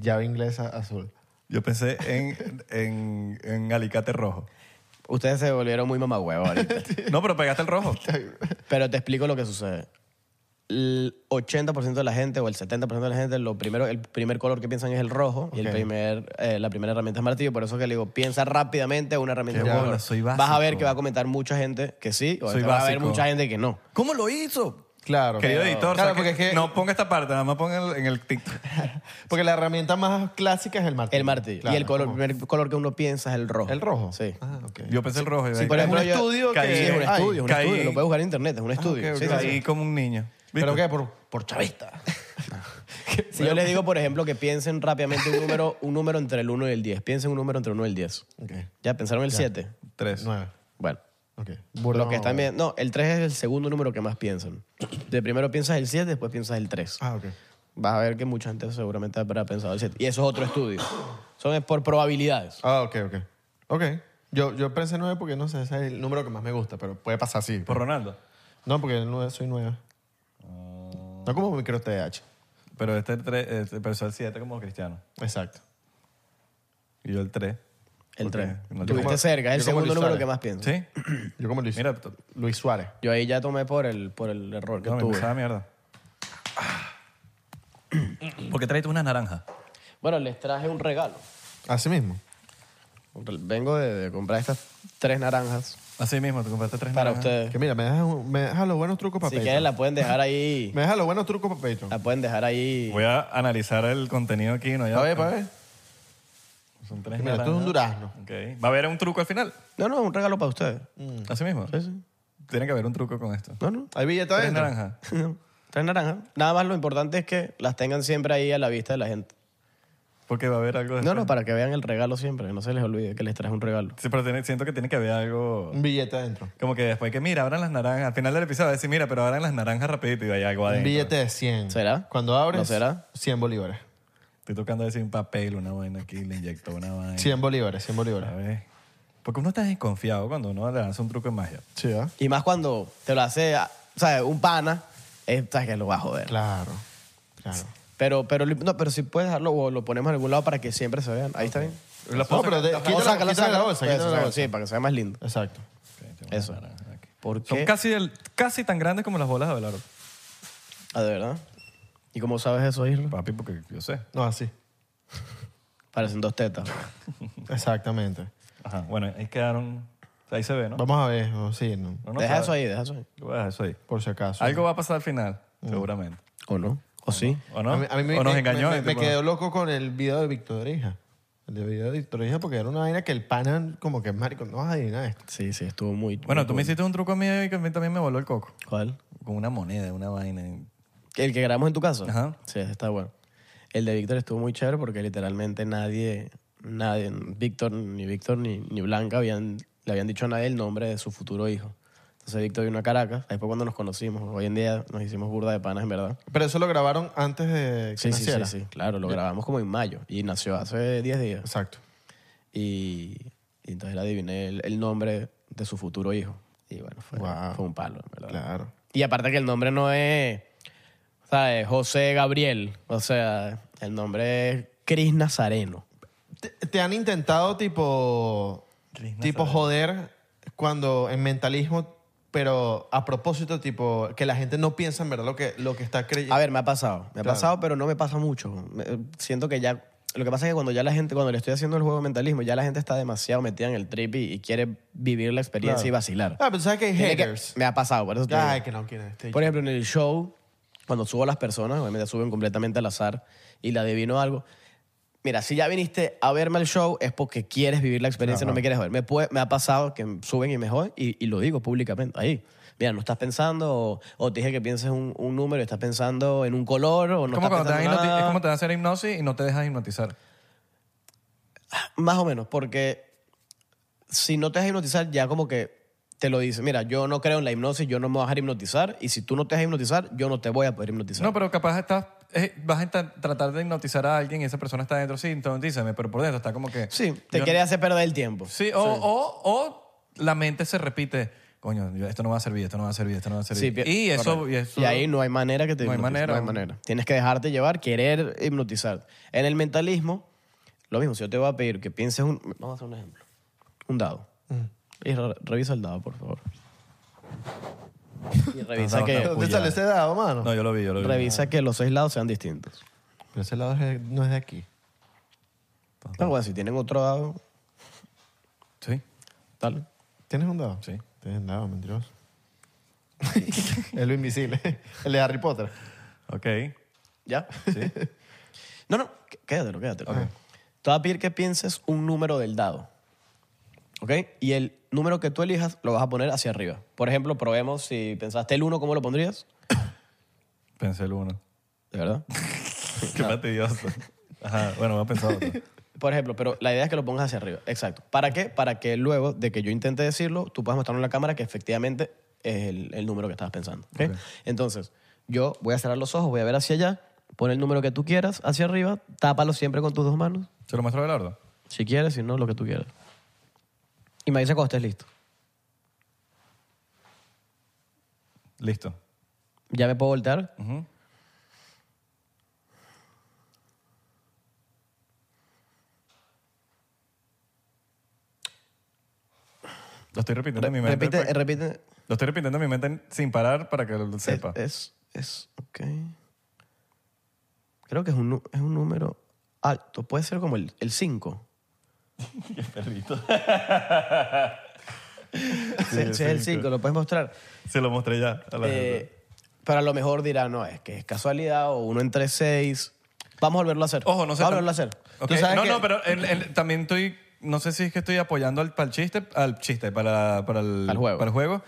Llave inglesa azul. Yo pensé en, en, en alicate rojo. Ustedes se volvieron muy mamagüevos ahorita. No, pero pegaste el rojo. Pero te explico lo que sucede. El 80% de la gente o el 70% de la gente, lo primero, el primer color que piensan es el rojo y el Ok. primer, eh, la primera herramienta es martillo. Por eso que le digo, piensa rápidamente una herramienta. Qué de un bola, color. soy Vas a ver básico. que va a comentar mucha gente que sí, o Soy va a haber básico. mucha gente que no. ¿Cómo lo hizo? Claro. Querido Pero- editor, Claro, saque- porque es que- no ponga esta parte, nada más ponga el- en el TikTok. Porque la herramienta más clásica es el martillo. El martillo. Claro, y el, color, ¿cómo? primer color que uno piensa es el rojo. ¿El rojo? Sí. Ah, ok. Yo pensé el rojo. Y Sí, ahí- por ejemplo, un yo- estudio que- Sí, es un Ay, estudio, un caí. estudio. Lo puedes buscar en internet, es un estudio. Ah, ok, Sí, sí, ok. sí. Caí como un niño. ¿Viste? ¿Pero qué? Por, por chavista. Si yo les digo, por ejemplo, que piensen rápidamente un número, un número entre el 1 y el 10. Piensen un número entre el 1 y el 10. Ok. ¿Ya pensaron el 7? Tres. Nueve. Bueno. Ok. Lo que están bien. No, el 3 es el segundo número que más piensan. De primero piensas el 7, después piensas el 3. Ah, ok. Vas a ver que mucha gente seguramente habrá pensado el 7. Y eso es otro estudio. Son es por probabilidades. Ah, ok, ok. Ok. Yo, yo pensé nueve porque no sé, ese es el número que más me gusta, pero puede pasar así. Por Ronaldo. No, porque el nueve- soy nueve. No como micro TH. Pero este, tres, este empezó el 7 como cristiano. Exacto. Y yo el 3. El 3. no te- Tuviste como- cerca, es el yo como segundo Luis número Suárez. que más piensas. ¿Sí? Yo como Luis, Mira, t- Luis Suárez. Yo ahí ya tomé por el, por el error que no, me tuve. empezaba mierda. Porque traes unas naranjas. Bueno, les traje un regalo. Así mismo. Vengo de, de comprar estas tres naranjas Así mismo, te compraste tres para naranjas. ustedes. Que mira, me dejas, un- me dejas los buenos trucos para Si Patreon. quieren la pueden dejar ahí. Me dejas los buenos trucos para Patreon. La pueden dejar ahí. Voy a analizar el contenido aquí. No, ya, A ver, a ver. Son tres Mira, esto es un durazno. Ok. ¿Va a haber un truco al final? No, no, un regalo para ustedes. Mm. Así mismo. Sí, sí. Tiene que haber un truco con esto. No, no. ¿Hay billete Tres adentro? naranjas. Tres naranjas. Nada más lo importante es que las tengan siempre ahí a la vista de la gente. Porque va a haber algo No, después. no, para que vean el regalo siempre. No se les olvide que les traje un regalo. Sí, pero tiene- siento que tiene que haber algo... Un billete adentro. Como que después que, mira, abran las naranjas. Al final del episodio va a decir, mira, pero abran las naranjas rapidito y hay algo Un adentro. billete de 100. ¿Será? Cuando abres, ¿No será? 100 bolívares. Estoy tocando decir un papel, una vaina aquí, le inyectó una vaina. 100 bolívares, 100 A bolívares. ver. Porque uno está desconfiado cuando uno le hace un truco de magia. Sí, ¿ah? Y más cuando te lo hace, ah, ¿sabes? Un pana, es, sabes que lo va a joder. Claro, claro. Pero, pero, no, pero si puedes dejarlo o lo ponemos en algún lado para que siempre se vean. Ahí está bien. La No, puedo pero de, sacar- quítala, O sácala, quítala de sácala. la bolsa, quítala de la Eso, bolsa. Sí, para que se vea más lindo. Exacto. Eso. ¿Por Ah, Son qué? casi, del- casi tan grandes como las bolas de Abelardo. Ah, de verdad. ¿Y cómo sabes eso, Isra? Papi, porque yo sé. No, así. Parecen dos tetas. Exactamente. Ajá. Bueno, ahí quedaron. Ahí se ve, ¿no? Vamos a ver, o sí, no, Uno deja sabe. eso ahí, deja eso ahí. Yo voy a dejar eso ahí. por si acaso. Algo va a pasar al final, seguramente. ¿O no? ¿O sí? ¿O no? Mm. A mí- a mí me- ¿O nos me- engañó? este Me, y me tipo, quedó loco con el video de Víctor Hija. El de video de Víctor Hija porque era una vaina que el pana como que, marico, no vas a adivinar esto. Sí, sí, estuvo muy... Bueno, tú me hiciste un truco a mí y que a mí también me voló el coco. ¿Cuál? Con una moneda, una vaina. ¿El que grabamos en tu casa? Ajá. Sí, ese está bueno. El de Víctor estuvo muy chévere porque literalmente nadie, nadie, Víctor, ni Víctor ni, ni Blanca habían, le habían dicho a nadie el nombre de su futuro hijo. Entonces Víctor vino a Caracas, ahí fue cuando nos conocimos. Hoy en día nos hicimos burda de panas, en verdad. Pero eso lo grabaron antes de que Sí, sí, sí, naciera. sí, claro, lo grabamos como en mayo y nació hace 10 días. Exacto. Y, y entonces le adiviné el, el nombre de su futuro hijo. Y bueno, fue, Wow. fue un palo, en verdad. Claro. Y aparte que el nombre no es, ¿sabes? José Gabriel. O sea, el nombre es Cris Nazareno. ¿Te, te han intentado tipo, Cris tipo joder cuando en mentalismo, pero a propósito, tipo, que la gente no piensa en verdad lo que, lo que está creyendo? A ver, me ha pasado. Me ha Claro. pasado, pero no me pasa mucho. Me- eh, siento que ya... Lo que pasa es que cuando ya la gente, cuando le estoy haciendo el juego de mentalismo, ya la gente está demasiado metida en el trip y, y quiere vivir la experiencia Claro. y vacilar. Ah, pero sabes que hay Tiene que- haters. me ha pasado, por eso te digo. Ay, que no quieren este. Por ejemplo, en el show, cuando subo a las personas, obviamente suben completamente al azar y le adivino algo. Mira, si ya viniste a verme al show es porque quieres vivir la experiencia, no me quieres joder. Me, puede- me ha pasado que suben y me joden y, y lo digo públicamente. Ahí, mira, no estás pensando o, o te dije que pienses un, un número y estás pensando en un color o no como estás cuando te dan pensando hipnoti- nada. es como te van a hacer hipnosis y no te dejas hipnotizar. Más o menos, porque si no te dejas hipnotizar, ya como que te lo dice, mira, yo no creo en la hipnosis, yo no me voy a dejar hipnotizar y si tú no te dejas hipnotizar, yo no te voy a poder hipnotizar. No, pero capaz estás, eh, vas a tra- tratar de hipnotizar a alguien y esa persona está dentro, sí, hipnotízame, pero por dentro está como que... Sí, te yo- quiere hacer perder el tiempo. Sí, o, o- o la mente se repite, coño, yo- esto no va a servir, esto no va a servir, esto no va a Sí, servir. pi- y, eso, correcto. y eso- Y ahí no hay manera que te No hay hipnotice, manera. No hay manera. Tienes que dejarte llevar, querer hipnotizar. En el mentalismo, lo mismo. Si yo te voy a pedir que pienses un... Vamos a hacer un ejemplo. Un dado. Mm. Y re- revisa el dado, por favor. Y revisa, Está- que, está- ¿Dónde sale ese dado, mano? No, yo lo vi, yo lo vi. revisa que los seis lados sean distintos. Pero ese lado es de- no es de aquí. Pero bueno, si tienen otro dado, Sí, dale. ¿Tienes un dado? Sí. Tienes un dado, mentiroso. el invisible. El de Harry Potter. ok. ¿Ya? Sí. No, no, qu- quédatelo, quédatelo. Te voy a pedir que pienses un número del dado. ¿Ok? Y el número que tú elijas lo vas a poner hacia arriba. Por ejemplo, probemos si pensaste el 1, ¿cómo lo pondrías? Pensé el uno. ¿De verdad? Qué fastidioso. Ajá, bueno, voy a pensar otro. Por ejemplo, pero la idea es que lo pongas hacia arriba. Exacto. ¿Para qué? Para que luego de que yo intente decirlo, tú puedas mostrarme en la cámara que efectivamente es el, el número que estabas pensando. ¿ok? Entonces, yo voy a cerrar los ojos, voy a ver hacia allá, pon el número que tú quieras hacia arriba, tápalo siempre con tus dos manos, ¿Se lo muestro a Belardo? si quieres, si no, lo que tú quieras. Y me dice cuando estés listo. Listo. Ya me puedo voltear. Ujú. Lo estoy repitiendo en mi mente. pues. Repite, eh, pa- repite. Lo estoy repitiendo en mi mente sin parar para que lo sepa. Es, es, es- ok. Creo que es un, nu- es un número alto. Puede ser como el 5. el perrito. el sí, es el cinco. 5, lo puedes mostrar. Se lo mostré ya a la gente. Eh, pero a lo mejor dirá, no, es que es casualidad o uno entre seis. Vamos a volverlo a hacer. Ojo, no sé. Vamos a volverlo a hacer. Ok. Tú sabes No, que- no, pero el- el- también estoy. No sé si es que estoy apoyando al, para el chiste, al chiste, para, para el, Al juego. para el juego.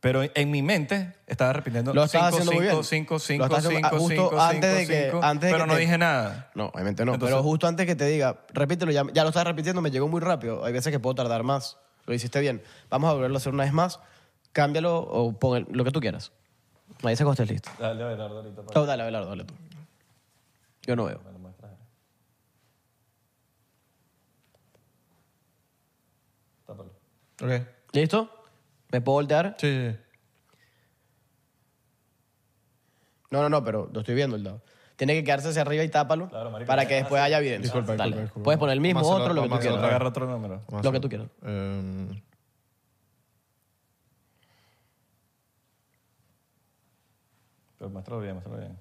Pero en mi mente estaba repitiendo Lo estás haciendo 5, muy 5, bien. 5, Lo 5, estás haciendo- 5, ah, justo 5, antes de 5, que- 5. antes de Pero que no te- dije nada. No, obviamente no. Entonces- pero justo antes que te diga, repítelo, ya, ya lo estás repitiendo, me llegó muy rápido. Hay veces que puedo tardar más. Lo hiciste bien. Vamos a volverlo a hacer una vez más. Cámbialo o pon el- lo que tú quieras. Me dice cuando estés listo. Dale, Abelardo, ahorita. No, dale, Abelardo, dale tú. Yo no veo. Ok. ¿Listo? ¿Me puedo voltear? Sí, sí, sí. No, no, no, pero lo estoy viendo el dado. Tiene que quedarse hacia arriba y tápalo para que después haya evidencia. Disculpa, Dale. disculpa, disculpa. Puedes poner el mismo, Vamos a otro, lo hacerlo, que tú vamos a quieras. hacerlo. Agarra otro número. Vamos Lo a que hacer- tú quieras. Em, Pero muéstralo bien, muéstralo bien.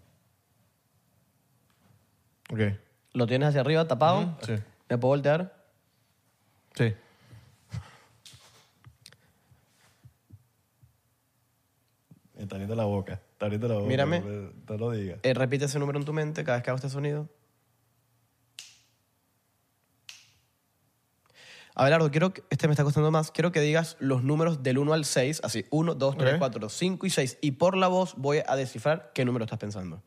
ok. Lo tienes hacia arriba, tapado. sí. ¿Me puedo voltear? Sí. Está abriendo la boca. Está abriendo la boca. Mírame. No no lo digas. Eh, repite ese número en tu mente cada vez que hago este sonido. Abelardo, quiero que, este me está costando más. Quiero que digas los números del 1 al 6, así 1, 2, 3, Ok. 4, 5 y 6. Y por la voz voy a descifrar qué número estás pensando.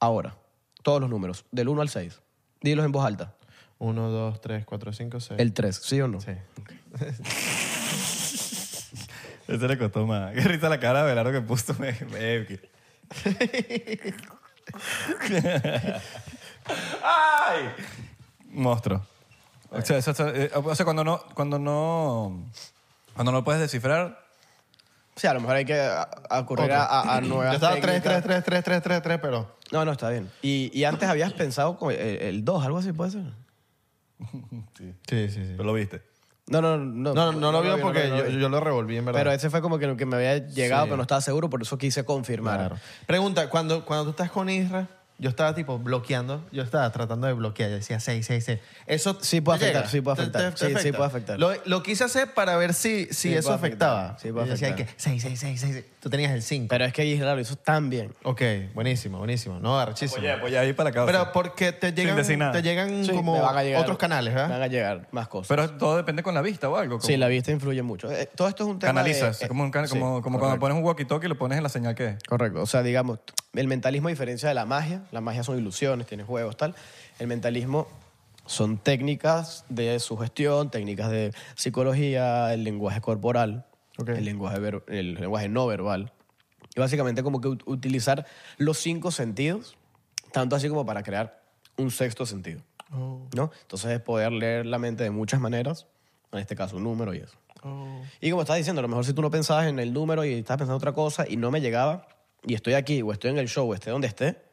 Ahora, todos los números, del 1 al 6. Dilos en voz alta. 1, 2, 3, 4, 5, 6. El 3, ¿sí o no? Sí. Ese le costó más. Qué risa la cara de Belardo que puso. Me, eh, me- que- ¡Ay! Monstruo. O sea, eso- eso- eh, o sea, cuando no, cuando no, cuando no puedes descifrar, Sí, a lo mejor hay que a- Otro. ocurrir a, a, a Yo nuevas estaba 3, técnicas. 3, 3, 3, 3, 3, 3, pero. No, no, está bien. Y, y antes habías pensado con el- el 2, algo así puede ser. Sí, sí, sí. pero lo viste. No, no, no. No, no, no lo vio vi, porque no lo yo, vi. yo lo revolví en verdad. Pero ese fue como que lo que me había llegado, Sí. pero no estaba seguro, por eso quise confirmar. Claro. Pregunta, cuando, cuando tú estás con Isra, yo estaba tipo bloqueando, yo estaba tratando de bloquear, yo decía 6, 6, 6. Eso Sí puede te afectar, llega, sí puede te- te- afectar, te sí, sí afecta. puede afectar. Lo, lo quise hacer para ver si, si Sí eso puede afectaba. afectar, sí puede Yo decía afectar. que 6, 6, 6, 6, Tú tenías el 5. Pero es que Israel lo hizo tan bien. ok, buenísimo, buenísimo. No, arrechísimo. Oye, pues ya ahí para la causa. Pero porque te llegan, decir nada. te llegan Sí, como me van a llegar- otros canales, Me ¿verdad? van a llegar más cosas. Pero todo depende con la vista o algo. como- sí, la vista influye mucho. Eh, todo esto es un tema Canalizas, de- eh, como, un can- sí, como, como correcto. cuando pones un walkie-talkie y lo pones en la señal que es. Correcto. O sea, digamos, el mentalismo a diferencia de la magia, la magia son ilusiones, tiene juegos, tal. El mentalismo son técnicas de sugestión, técnicas de psicología, el lenguaje corporal, el, lenguaje ver- el lenguaje no verbal. Y básicamente como que ut- utilizar los cinco sentidos, tanto así como para crear un sexto sentido. ¿no? Entonces es poder leer la mente de muchas maneras, en este caso un número y eso. Y como estás diciendo, a lo mejor si tú no pensabas en el número y estabas pensando otra cosa y no me llegaba, y estoy aquí, o estoy en el show, o esté donde esté,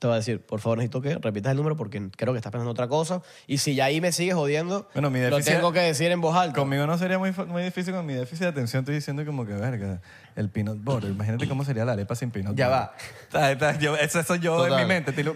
te va a decir, por favor, necesito que repitas el número porque creo que estás pensando otra cosa. Y si ya ahí me sigues jodiendo, Bueno, mi lo déficit- tengo que decir en voz alta. Conmigo no sería muy, fa- muy difícil con mi déficit de atención. Estoy diciendo como que, verga, el peanut butter. Imagínate cómo sería la arepa sin peanut Ya butter. va. Ta- ta- yo- eso soy yo en Total. mi mente. te lo-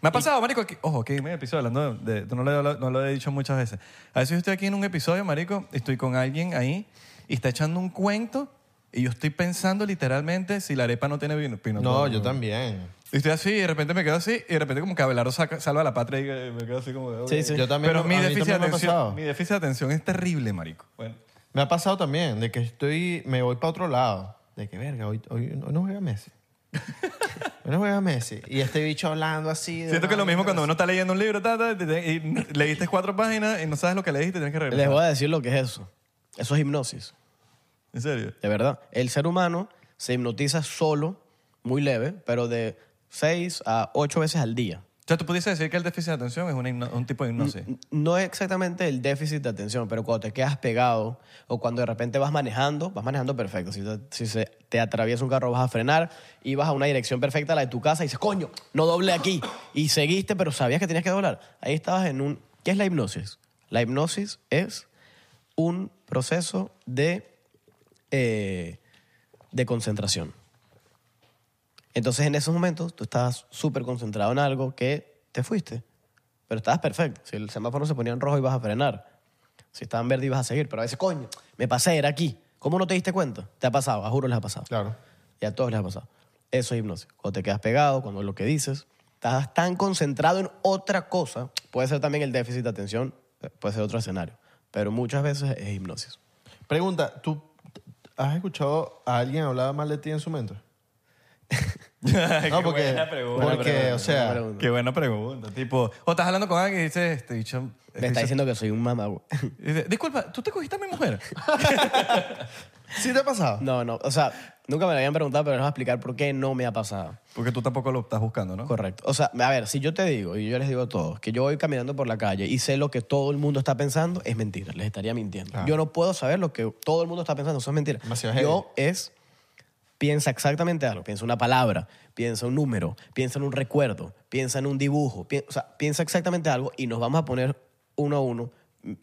me ha pasado, marico, que- ojo, que me episodio hablando de... de- No lo, he hablado- no lo he dicho muchas veces. A veces yo estoy aquí en un episodio, marico, y estoy con alguien ahí y está echando un cuento y yo estoy pensando literalmente si la arepa no tiene vino- peanut No, butter. yo también. Y estoy así y de repente me quedo así y de repente como que Abelardo saca- salva a la patria y eh, me quedo así como... Sí, sí. Yo también. Pero mi a mí déficit, de también me ha pasado. atención, mi déficit de atención es terrible, marico. Bueno, Me ha pasado también, de que estoy, me voy para otro lado. De que, verga, hoy, hoy, hoy no juega Messi. Yo no juego a Messi. Y este bicho hablando así. de Siento que una lo mismo vaina, cuando uno no sé. está leyendo un libro ta, ta, y te- y leíste cuatro páginas y no sabes lo que leíste y tienes que regresar. Les voy a decir lo que es eso. Eso es hipnosis, En serio. de verdad. El ser humano se hipnotiza solo, muy leve, pero de seis a ocho veces al día. O sea, tú pudieses decir que el déficit de atención es una hipno- un tipo de hipnosis. No es exactamente el déficit de atención, pero cuando te quedas pegado o cuando de repente vas manejando, vas manejando perfecto. Si, te, si se te atraviesa un carro, vas a frenar y vas a una dirección perfecta, la de tu casa, y dices, coño, no doble aquí. Y seguiste, pero sabías que tenías que doblar. Ahí estabas en un... ¿Qué es la hipnosis? La hipnosis es un proceso de, eh, de concentración. Entonces, en esos momentos, tú estabas súper concentrado en algo que te fuiste. Pero estabas perfecto. Si el semáforo se ponía en rojo, ibas a frenar. Si estaba en verde, ibas a seguir. Pero a veces, coño, me pasé, era aquí. ¿Cómo no te diste cuenta? Te ha pasado, a juro les ha pasado. Claro. Y a todos les ha pasado. Eso es hipnosis. Cuando te quedas pegado, cuando lo que dices, estás tan concentrado en otra cosa. Puede ser también el déficit de atención, eh, puede ser otro escenario. Pero muchas veces es hipnosis. Pregunta, ¿tú has escuchado a alguien hablar mal de ti en su mente? Qué No, porque, buena pregunta. porque o sea, Buena pregunta. Qué buena pregunta. Tipo, o estás hablando con alguien y dices, este bicho... este Me está bicho- diciendo que soy un mamagüey. y dice, Disculpa, ¿tú te cogiste a mi mujer? ¿sí te ha pasado? No, no, o sea, nunca me lo habían preguntado, pero les voy a explicar por qué no me ha pasado. Porque tú tampoco lo estás buscando, ¿no? Correcto. O sea, a ver, si yo te digo, y yo les digo a todos, que yo voy caminando por la calle y sé lo que todo el mundo está pensando, es mentira, les estaría mintiendo. Yo no puedo saber lo que todo el mundo está pensando, eso es mentira. Demasiado heavy. Yo es, piensa exactamente algo, piensa una palabra, piensa un número, piensa en un recuerdo, piensa en un dibujo, pi- o sea, piensa exactamente algo y nos vamos a poner uno a uno.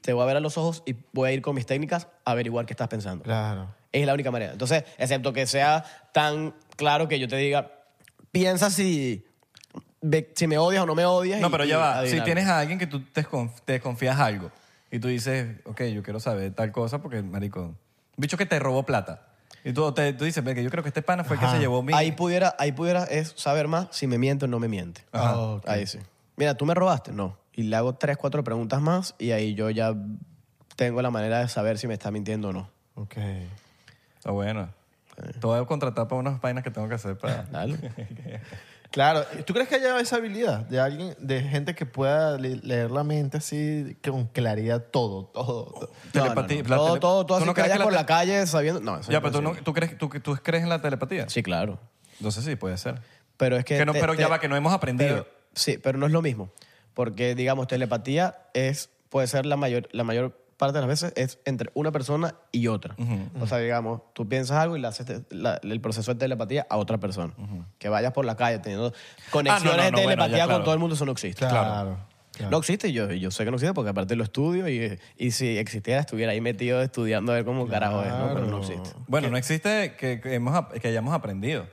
Te voy a ver a los ojos y voy a ir con mis técnicas a averiguar qué estás pensando. Claro. Es la única manera. Entonces, excepto que sea tan claro que yo te diga, piensa si, ve- si me odias o no me odias. No, y- pero ya y va. adivinar. Si tienes a alguien que tú te, desconf- te desconfías algo y tú dices, ok, yo quiero saber tal cosa porque, marico, bicho que te robó plata. Y tú, te- tú dices, "Ve que yo creo que este pana fue el que se llevó mi... Ahí pudiera, ahí pudiera es saber más si me miente o no me miente. Ajá. Ah, ok. Ahí sí. Mira, ¿tú me robaste? No. Y le hago tres, cuatro preguntas más y ahí yo ya tengo la manera de saber si me está mintiendo o no. Ok. Está bueno. Eh. Te voy a contratar para unas vainas que tengo que hacer para... Dale. Claro, ¿tú crees que haya esa habilidad de alguien, de gente que pueda le- leer la mente así con claridad todo, todo? todo? Telepatía, No, no, la no. Todo, todo, tele- todo ¿Tú así no que crees vayas que la por te- la calle sabiendo... No, eso Ya, no pero tú, no, puede ¿tú, crees, tú, tú crees en la telepatía. ser. Sí, claro. Entonces sí, puede ser. Pero es que... Que no- pero ya va, que no hemos aprendido. pero- sí, pero no es lo mismo. Porque, digamos, telepatía es, puede ser la mayor, la mayor parte de las veces es entre una persona y otra. O sea, digamos, tú piensas algo y le haces te- la- el proceso de telepatía a otra persona. Que vayas por la calle teniendo conexiones Ah, no, de no, bueno, telepatía ya, con claro. todo el mundo, eso no existe. Ah, Claro. No existe, yo, yo sé que no existe porque aparte lo estudio y, y si existiera estuviera ahí metido estudiando a ver cómo carajo es, ¿no? Pero no existe. Bueno, no existe que, que hemos, ap- que hayamos aprendido.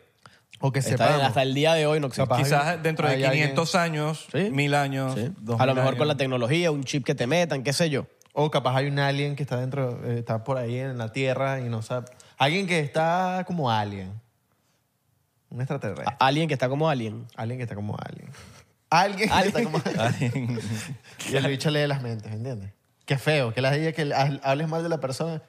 O que Está bien, sepamos. hasta el día de hoy no existe. Capaz Quizás alguien- dentro de hay alguien- 500 años, Sí. 1000 años, Sí. 2000 A lo mejor con la años. tecnología, un chip que te metan, qué sé yo. O capaz hay un alien que está dentro, eh, está por ahí en la Tierra y no sabe. Alguien que está como alien. Un extraterrestre. A- Alguien que está como alguien. Alguien que está como alien. Alguien que está como Y el bicho lee las mentes, ¿entiendes? Qué feo, que las diga que ha- hables mal de la persona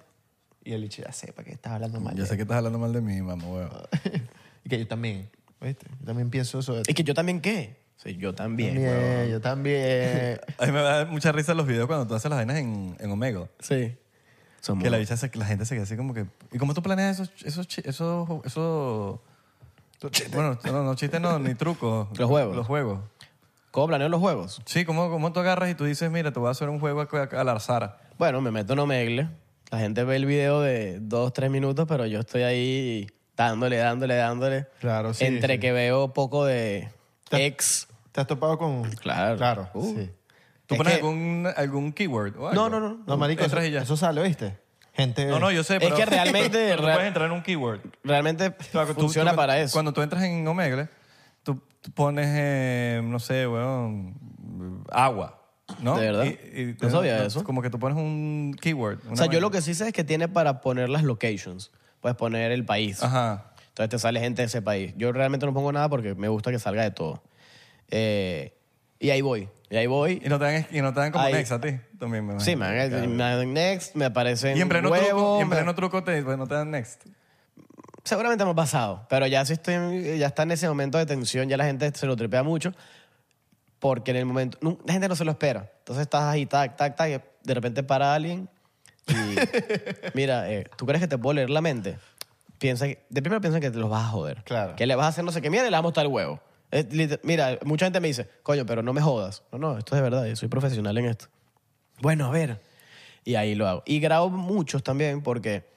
y el bicho ya sepa que estás hablando mal. Yo de sé él. que estás hablando mal de mí, mamá, huevo. y que yo también, ¿viste? Yo también pienso eso de Y ti. que yo también qué. Sí, yo también. huevón. También, yo también. A mí me da mucha risa los videos cuando tú haces las vainas en, en Omega. Sí. Somos- Que la, bicha se- la gente se queda así como que... ¿Y cómo tú planeas esos... esos, chi- esos, esos Bueno, no, no chistes, no, ni trucos. Los juegos. Los juegos. ¿Cómo planeo los juegos? Sí, ¿cómo, cómo tú agarras y tú dices, mira, te voy a hacer un juego acá al azar? Bueno, me meto en Omegle. La gente ve el video de dos, tres minutos, pero yo estoy ahí dándole, dándole, dándole. Claro, sí, Entre sí. que veo poco de Te- ex. ¿Te has topado con...? Claro. Claro, Uh. sí. ¿Tú Es pones que- algún, algún keyword o algo? No, no, no. No, marico, eso, Entras y ya. eso sale, ¿viste? Gente... No, no, yo sé, Es pero... que realmente- pero tú real- puedes entrar en un keyword. Realmente O sea, que tú- funciona tú- para eso. Cuando tú entras en Omegle, tú, tú pones, eh, no sé, weón, agua, ¿no? ¿De verdad? No sabía eso. Como que tú pones un keyword. o sea, yo lo que sí sé es que tiene para poner las locations. Puedes poner el país. Ajá. Entonces te sale gente de ese país. Yo realmente no pongo nada porque me gusta que salga de todo. Eh, y ahí voy. Y ahí voy. Y no te dan, y no te dan como Ahí. next a ti también, me Sí, imagino. me dan Claro. me dan next, me aparecen Y en pleno huevos, truco, y en me- pleno truco te, no te dan next. Seguramente hemos pasado, pero ya sí estoy, ya está en ese momento de tensión, ya la gente se lo tripea mucho, porque en el momento, nu- la gente no se lo espera. Entonces estás ahí, tac, tac, tac, y de repente para alguien y mira, eh, ¿tú crees que te puedo leer la mente? Piensa que, de primero piensa que te los vas a joder. Claro. Que le vas a hacer no sé qué mierda y le vas a mostrar el huevo. Es liter- mira, mucha gente me dice, coño, pero no me jodas. No, no, esto es de verdad, yo soy profesional en esto. Bueno, a ver. Y ahí lo hago. Y grabo muchos también porque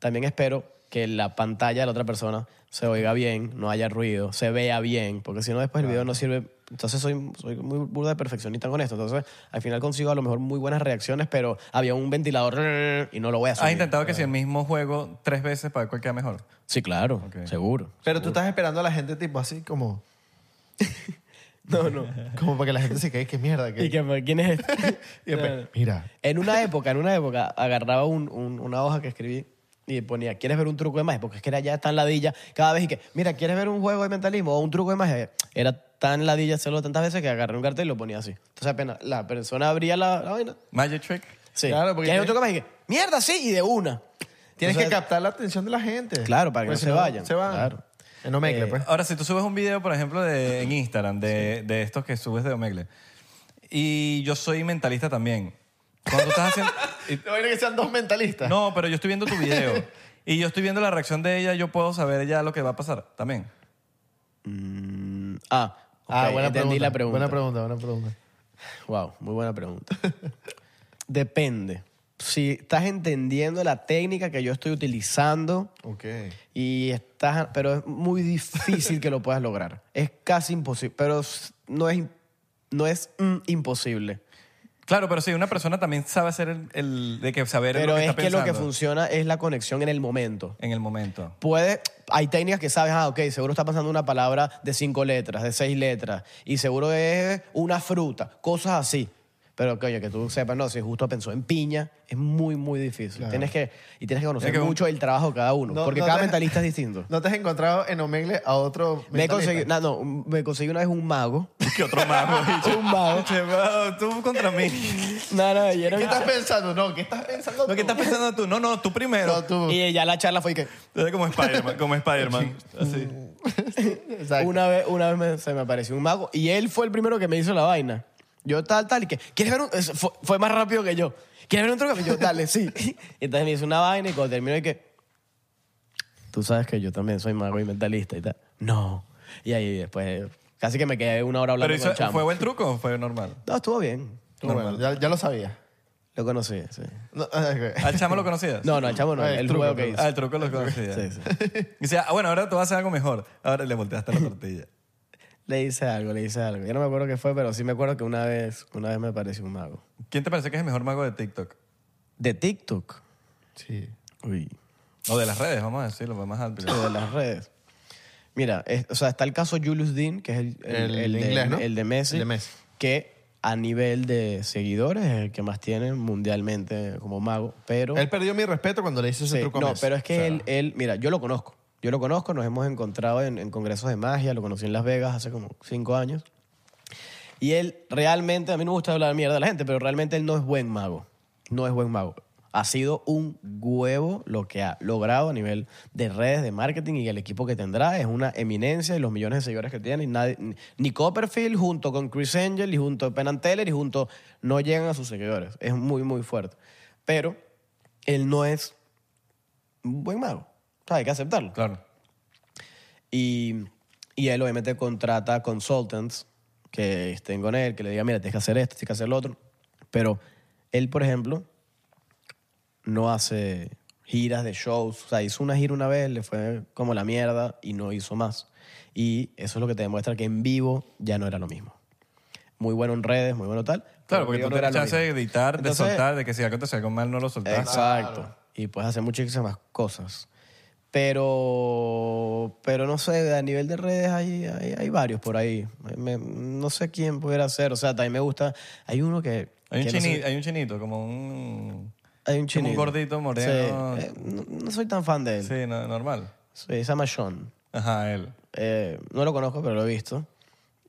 también espero que la pantalla de la otra persona se oiga bien, no haya ruido, se vea bien, porque si no después el video no sirve. Entonces soy, soy muy burda de perfeccionista con esto. Entonces al final consigo a lo mejor muy buenas reacciones, pero había un ventilador y no lo voy a hacer. ¿Has intentado que si el mismo juego tres veces para ver cuál queda mejor? Sí, claro, Ok. seguro. Pero tú estás esperando a la gente tipo así como... No, no. Como para que la gente se quede, qué mierda. Que... ¿Y qué, quién es este? Y después, Mira, En una época, en una época, agarraba un- un- una hoja que escribí y ponía, ¿quieres ver un truco de magia? Porque es que era ya tan ladilla. Cada vez y que, mira, ¿quieres ver un juego de mentalismo o un truco de magia? Era tan ladilla hacerlo tantas veces que agarré un cartel y lo ponía así. Entonces apenas la persona abría la, la vaina. Magic Trick. Sí. Claro, porque ¿Quieres tiene- un truco de magia? Y que, Mierda, sí, y de una. tienes que Entonces, captar la atención de la gente. Claro, para que Porque no si se vayan. Se van. Claro. En Omegle, pues. Ahora, si tú subes un video, por ejemplo, de, en Instagram, de, de estos que subes de Omegle, y yo soy mentalista también. Cuando tú estás haciendo... y- No vayan que sean dos mentalistas. no, pero yo estoy viendo tu video y yo estoy viendo la reacción de ella, yo puedo saber ya lo que va a pasar también. mm, ah, Ah, ok, buena entendí pregunta, la pregunta. Buena pregunta, buena pregunta. Wow, muy buena pregunta. Depende. Si estás entendiendo la técnica que yo estoy utilizando, Ok. y estás, pero es muy difícil que lo puedas lograr. Es casi imposible, pero s- no es, im- no es mm, imposible. Claro, pero sí, una persona también sabe hacer el, el- de que saber Pero lo que es está que lo que pensando funciona es la conexión en el momento. en el momento. Puede, hay técnicas que sabes, ah, ok, seguro está pasando una palabra de cinco letras, de seis letras, y seguro es una fruta, cosas así. Pero coño, que tú sepas, no, si justo pensó en piña, es muy, muy difícil. Tienes que, y tienes que conocer Es que un- mucho el trabajo de cada uno, No- porque no cada te- mentalista es distinto. ¿No te has encontrado en Omegle a otro Me mentalista? conseguí, no, no, me conseguí una vez un mago. ¿Qué otro mago? bicho? un mago. Che, wow, tú contra mí. No, no, yo era ¿Qué un- estás pensando? No, ¿qué estás pensando Lo que estás pensando tú. No, no, tú primero. No, tú. Y ya la charla fue que Tú eres como Spider-Man. Como Spider-Man. Así. Mm. Exacto. una vez, una vez me- se me apareció un mago y él fue el primero que me hizo la vaina. Yo tal, tal, y que, ¿quieres ver un...? es- Fue, fue más rápido que yo. ¿Quieres ver un truco? Y yo, dale, sí. Y entonces me hizo una vaina y cuando terminó y que, tú sabes que yo también soy mago y mentalista y tal. No. Y ahí después, casi que me quedé una hora hablando Pero con el hizo- chamo. ¿fue buen truco o fue normal? No, estuvo bien. Tú, bueno, ya, ya lo sabía. Lo conocí, sí. No, ah, ok. ¿Al chamo lo conocías? No, no, el chamo no, Ah, el el truco, juego que el hizo. Ah, el truco lo conocías. Sí, sí. Y sea, ah, bueno, ahora tú vas a hacer algo mejor. Ahora le volteaste la tortilla. Le hice algo, le hice algo. Yo no me acuerdo qué fue, pero sí me acuerdo que una vez, una vez me apareció un mago. ¿Quién te parece que es el mejor mago de TikTok? De TikTok. Sí. Uy. O de las redes, vamos a decirlo, pues, más alto. De las redes. Mira, es- o sea, está el caso Julius Dean, que es el, El de, inglés, ¿no? el de Messi. El de Messi. Que a nivel de seguidores es el que más tiene mundialmente como mago. Pero. Él perdió mi respeto cuando le hizo ese Sí, truco a no, Messi. pero es que O sea, él, él- mira, yo lo conozco. Yo lo conozco, nos hemos encontrado en, en congresos de magia, lo conocí en Las Vegas hace como cinco años. Y él realmente, a mí no me gusta hablar mierda de la gente, pero realmente él no es buen mago. No es buen mago. Ha sido un huevo lo que ha logrado a nivel de redes, de marketing y el equipo que tendrá. Es una eminencia y los millones de seguidores que tiene. Y nadie, ni Copperfield junto con Chris Angel y junto a Penn and Teller y junto no llegan a sus seguidores. Es muy, muy fuerte. Pero él no es un buen mago. O sea, hay que aceptarlo. Claro. Y, y él obviamente contrata consultants que estén con él, que le digan, mira, tienes que hacer esto, tienes que hacer lo otro. Pero él, por ejemplo, no hace giras de shows. O sea, hizo una gira una vez, le fue como la mierda y no hizo más. Y eso es lo que te demuestra que en vivo ya no era lo mismo. Muy bueno en redes, muy bueno tal. pero Claro, porque en vivo tú no tienes era lo chance de mismo. editar, de Entonces, soltar, de que si algo te salió mal no lo soltaste. Exacto. Y puedes hacer muchísimas cosas. Pero, pero no sé, a nivel de redes hay, hay, hay varios por ahí. Me- no sé quién pudiera ser. O sea, también me gusta. Hay uno que. Hay un, que no sé- chini- hay un chinito, como un... hay un como un chinito. gordito moreno. Sí. Eh, no, no soy tan fan de él. Sí, no- normal. Sí, se llama Sean. Ajá, él. Eh, no lo conozco, pero lo he visto.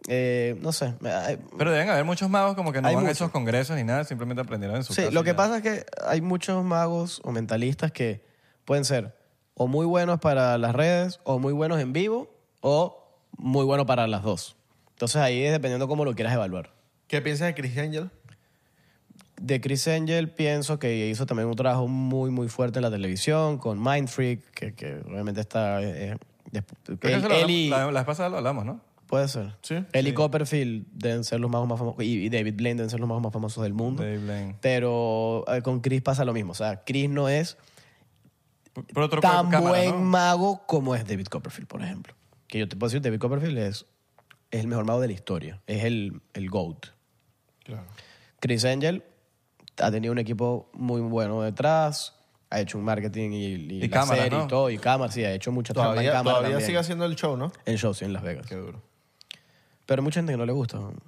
Eh, no sé. me- hay- Pero deben haber muchos magos como que no Hay van a muchos. esos congresos ni nada, simplemente aprendieron en su Sí, casa lo y que ya. pasa es que hay muchos magos o mentalistas que pueden ser o muy buenos para las redes, o muy buenos en vivo, o muy bueno para las dos. Entonces ahí es dependiendo cómo lo quieras evaluar. ¿Qué piensas de Chris Angel? De Chris Angel pienso que hizo también un trabajo muy, muy fuerte en la televisión con Mind Freak, que, que obviamente está... eh, despu- Creo que él- eso lo él y- hablamos- la, la pasada lo hablamos, ¿no? Puede ser. Sí. Él y Sí. Copperfield deben ser los magos más famosos. Y y David Blaine deben ser los magos más famosos del mundo. Dave Blaine. Pero eh, con Chris pasa lo mismo. O sea, Chris no es Por otro tan cámara, buen ¿no? mago como es David Copperfield, por ejemplo. Que yo te puedo decir, David Copperfield es, es el mejor mago de la historia. Es el, el GOAT. Chris Angel ha tenido un equipo muy bueno detrás. Ha hecho un marketing y, y, Y la cámaras, serie ¿no? y todo. Y cámara, sí, ha hecho mucha trampa en Todavía, cámara todavía también. sigue haciendo el show, ¿no? En shows sí, en Las Vegas. Qué duro. Pero hay mucha gente que no le gusta. weón.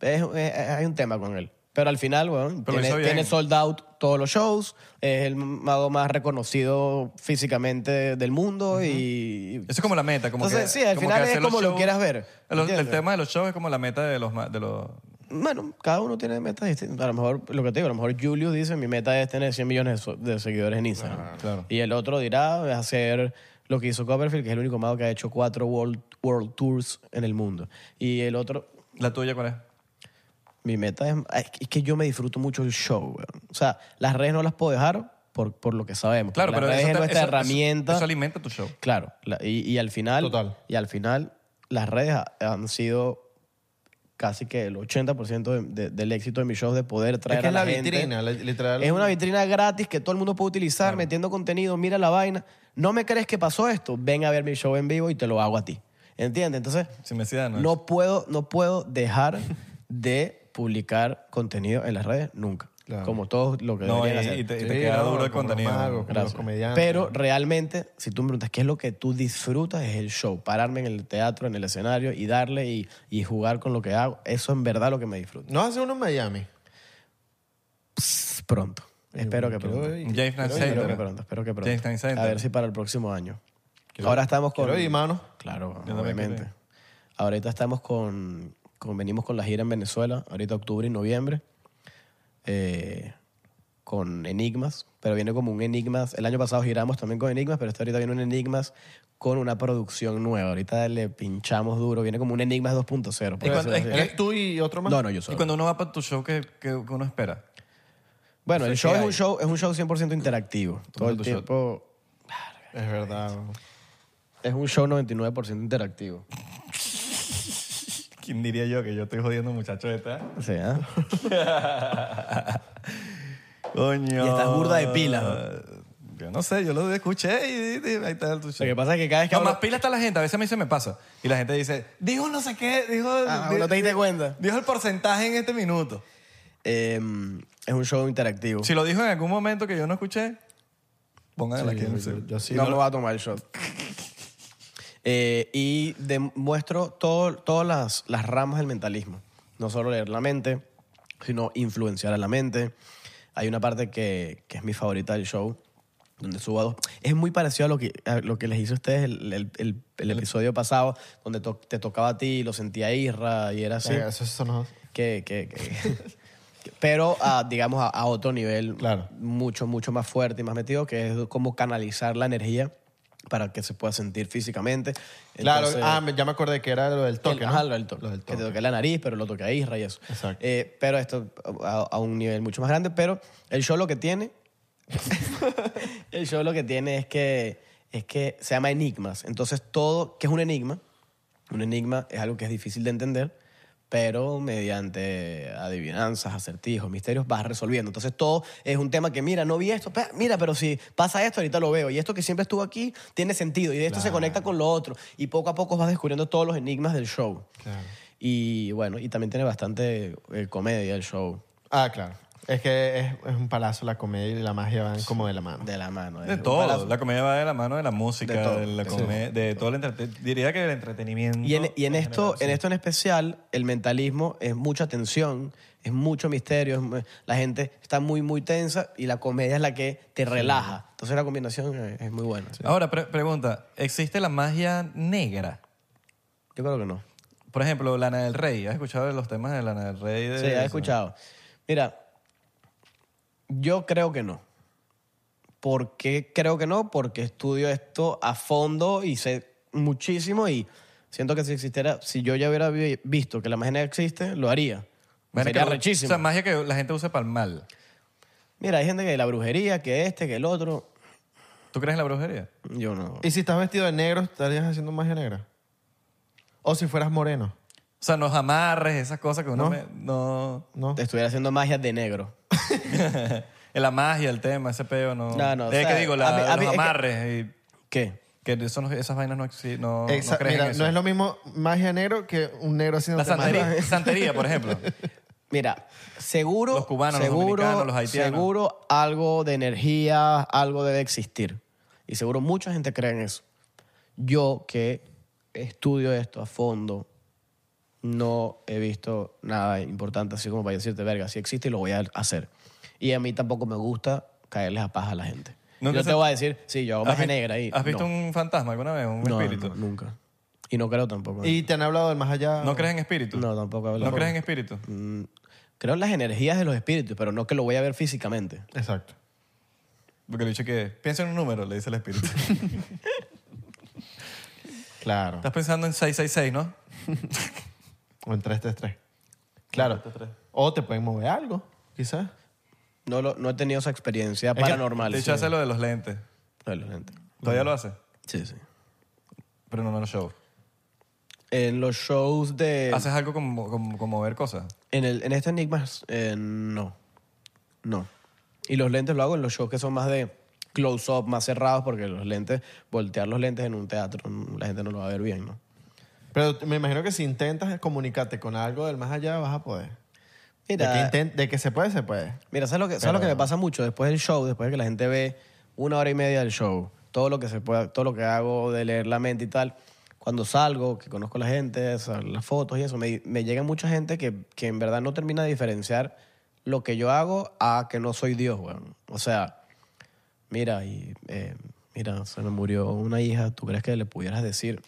Es- es- hay un tema con él. Pero al final, weón, Pero lo hizo tiene, bien. tiene sold out todos los shows. Es el mago más reconocido físicamente del mundo y... Eso es como la meta. Como Entonces, que, sí, al como final que es hacer los como lo shows- quieras ver, El, el ¿entiendes? tema de los shows es como la meta de los... ma- De los Bueno, cada uno tiene metas distintas. A lo mejor, lo que te digo, a lo mejor Julius dice, mi meta es tener 100 millones de so- de seguidores en Instagram. claro. Y el otro dirá, es hacer lo que hizo Copperfield, que es el único mago que ha hecho cuatro world, world tours en el mundo. Y el otro, ¿La tuya cuál es? Mi meta es, es que- es que yo me disfruto mucho el show, weón. O sea, las redes no las puedo dejar por, por lo que sabemos. Claro, Porque pero las redes eso es te- nuestra eso- herramienta. Eso, eso alimenta tu show. claro, la- y, y al final... Total. Y al final, las redes ha- han sido casi que el 80% de- de- del éxito de mis shows de poder traer Es que a es la, la, gente. vitrina, la- literal. Es una vitrina gratis que todo el mundo puede utilizar, metiendo contenido, mira la vaina. ¿No me crees que pasó esto? Ven a ver mi show en vivo y te lo hago a ti. ¿Entiendes? Entonces, Sin necesidad, ¿no? no puedo, no puedo dejar de publicar contenido en las redes nunca. Claro. Como todo lo que No, y, deberían hacer. y te, y Sí, te queda no, duro el como los contenido. magos, como los Gracias. comediantes. Pero realmente, si tú me preguntas qué es lo que tú disfrutas, es el show. Pararme en el teatro, en el escenario y darle y, y jugar con lo que hago. Eso en verdad lo que me disfruto. ¿No hace uno en Miami? Pss, Pronto. Espero que Quiero pronto. ir. James Francis Espero que Center. pronto, espero que James pronto. Stein Center. A ver si para el próximo año. Ahora estamos con... Quiero ir, mano. Claro, Yo también obviamente. quiero Ahorita estamos con, con- Venimos con la gira en Venezuela, ahorita octubre y noviembre, eh, con Enigmas, pero viene como un Enigmas. El año pasado giramos también con Enigmas, pero este ahorita viene un Enigmas con una producción nueva. Ahorita le pinchamos duro, viene como un Enigmas 2.0. por ¿Y cuándo- decirlo es así. que- ¿Eres tú y otro más? No, no, yo Y solo. cuando uno va para tu show, ¿qué, qué- qué uno espera? Bueno, el Entonces, show ¿qué es hay? un show, es un show 100% interactivo. Todo el tu shot. tiempo... Es verdad. bro. Es un show 99% interactivo. ¿Quién diría yo que yo estoy jodiendo muchacho de esta? O sea, Coño. Y estás burda de pilas, ¿no? Yo no sé, yo lo escuché y, y- y ahí está tu show. Lo que pasa es que cada vez que No, hablo- más pila está la gente. A veces a mí se me pasa. Y la gente dice, dijo no sé qué, dijo... Ah, di- no te diste cuenta. Dijo el porcentaje en este minuto. eh, es un show interactivo. Si lo dijo en algún momento que yo no escuché, pónganla aquí. en yo- el- yo sí. no, me va a tomar el shot. Eh, y demuestro todo- todas las, las ramas del mentalismo. No solo leer la mente, sino influenciar a la mente. Hay una parte que, que es mi favorita del show, donde subo a dos. Es muy parecido a lo que, a lo que les hice a ustedes el, el- el- el episodio pasado, donde to- te tocaba a ti, lo sentía Irra y era así. Venga, Eso, eso no- que, que- que- que- pero a, digamos a, a otro nivel Claro. mucho mucho más fuerte y más metido que es como canalizar la energía para que se pueda sentir físicamente Claro, Entonces, ah, me- ya me acordé que era lo del toque. el- ¿no? ajá, lo del toque. Lo del Que te toque. toqué la nariz, pero lo toqué a Isra y eso. Exacto. Eh, pero esto a, a un nivel mucho más grande. Pero el show lo que tiene. el show lo que tiene es que, es que se llama enigmas. Entonces, todo. que es un enigma? Un enigma es algo que es difícil de entender, pero mediante adivinanzas, acertijos, misterios vas resolviendo. Entonces, todo es un tema que, mira, no vi esto, pa- mira, pero si pasa esto, ahorita lo veo. Y esto que siempre estuvo aquí tiene sentido. Y esto se conecta con lo otro. Y poco a poco vas descubriendo todos los enigmas del show. Claro. Y bueno, y también tiene bastante eh, comedia el show Ah, claro. Es que es, es un palazo, la comedia y la magia van como de la mano. de la mano. De Es un todo. palazo. La comedia va de la mano de la música, de, De todo. la Sí. comedia, de todo el entretenimiento. Diría que el entretenimiento. Y en, y en esto, en general, esto en especial, el mentalismo es mucha tensión, es mucho misterio, es mu- la gente está muy, muy tensa y la comedia es la que te relaja. Entonces la combinación es, es muy buena. sí. Ahora, pre- pregunta: ¿existe la magia negra? Yo creo que no. Por ejemplo, Lana del Rey. ¿Has escuchado de los temas de Lana del Rey? De Sí, has escuchado. Mira, yo creo que no. ¿Por qué creo que no? Porque estudio esto a fondo y sé muchísimo y siento que si existiera, si yo ya hubiera vi- visto que la magia negra existe, lo haría. Bueno, Sería que- rechísimo. O sea, magia que la gente usa para el mal. Mira, hay gente que la brujería, que este, que el otro. ¿Tú crees en la brujería? Yo no. Y si estás vestido de negro, estarías haciendo magia negra. O si fueras moreno, O sea, los amarres, esas cosas que uno No. me- no... ¿no? Te estuviera haciendo magia de negro. La magia, el tema, ese peo, no... No, no, o Es sea, que digo, la- a mí- a mí- los es que- amarres ¿Qué? y que eso no- esas vainas no existen, no, no Exa- creen en mira, eso. no es lo mismo magia negro que un negro haciendo La santería, magia. santería, por ejemplo. Mira, seguro. Los cubanos, los seguro, dominicanos, los haitianos. Seguro algo de energía, algo debe existir. Y seguro mucha gente cree en eso. Yo que estudio esto a fondo, no he visto nada importante así como para decirte, verga, si existe y lo voy a hacer. Y a mí tampoco me gusta caerles a paz a la gente. Nunca yo te se- voy a decir, sí, yo hago magia vi- negra y. ¿Has visto no. un fantasma alguna vez, un No, espíritu? no, No, nunca. Y no creo tampoco. Y te han hablado del más allá. crees en espíritu? No, tampoco hablo. ¿No crees en espíritu? Mm, Creo en las energías de los espíritus, pero no que lo voy a ver físicamente. Exacto. Porque le dicho que piensa en un número, le dice el espíritu. Claro. Estás pensando en 666, ¿no? O en 333. Claro. O te pueden mover algo, quizás. No, lo- no he tenido esa experiencia Es que paranormal. De hecho, sí. hace lo de los lentes. Lo de los lentes. Todavía lo hace, Sí, sí. pero no en los shows. En los shows de... ¿Haces algo como, como, como ver cosas? En, el, en este Enigmas, eh, no. No. Y los lentes lo hago en los shows que son más de close-up, más cerrados, porque los lentes, voltear los lentes en un teatro, mm, la gente no lo va a ver bien, ¿no? Pero me imagino que si intentas comunicarte con algo del más allá, vas a poder. Mira, De, que intent- de que se puede, se puede. Mira, ¿sabes lo, que, ¿sabes lo que me pasa mucho? Después del show, después de que la gente ve una hora y media del show, todo lo que se pueda, todo lo que hago de leer la mente y tal, cuando salgo, que conozco a la gente, o sea, las fotos y eso, me, me llega mucha gente que, que en verdad no termina de diferenciar lo que yo hago a que no soy Dios, weón. O sea, mira, y eh, mira, se me murió una hija, ¿tú crees que le pudieras decir?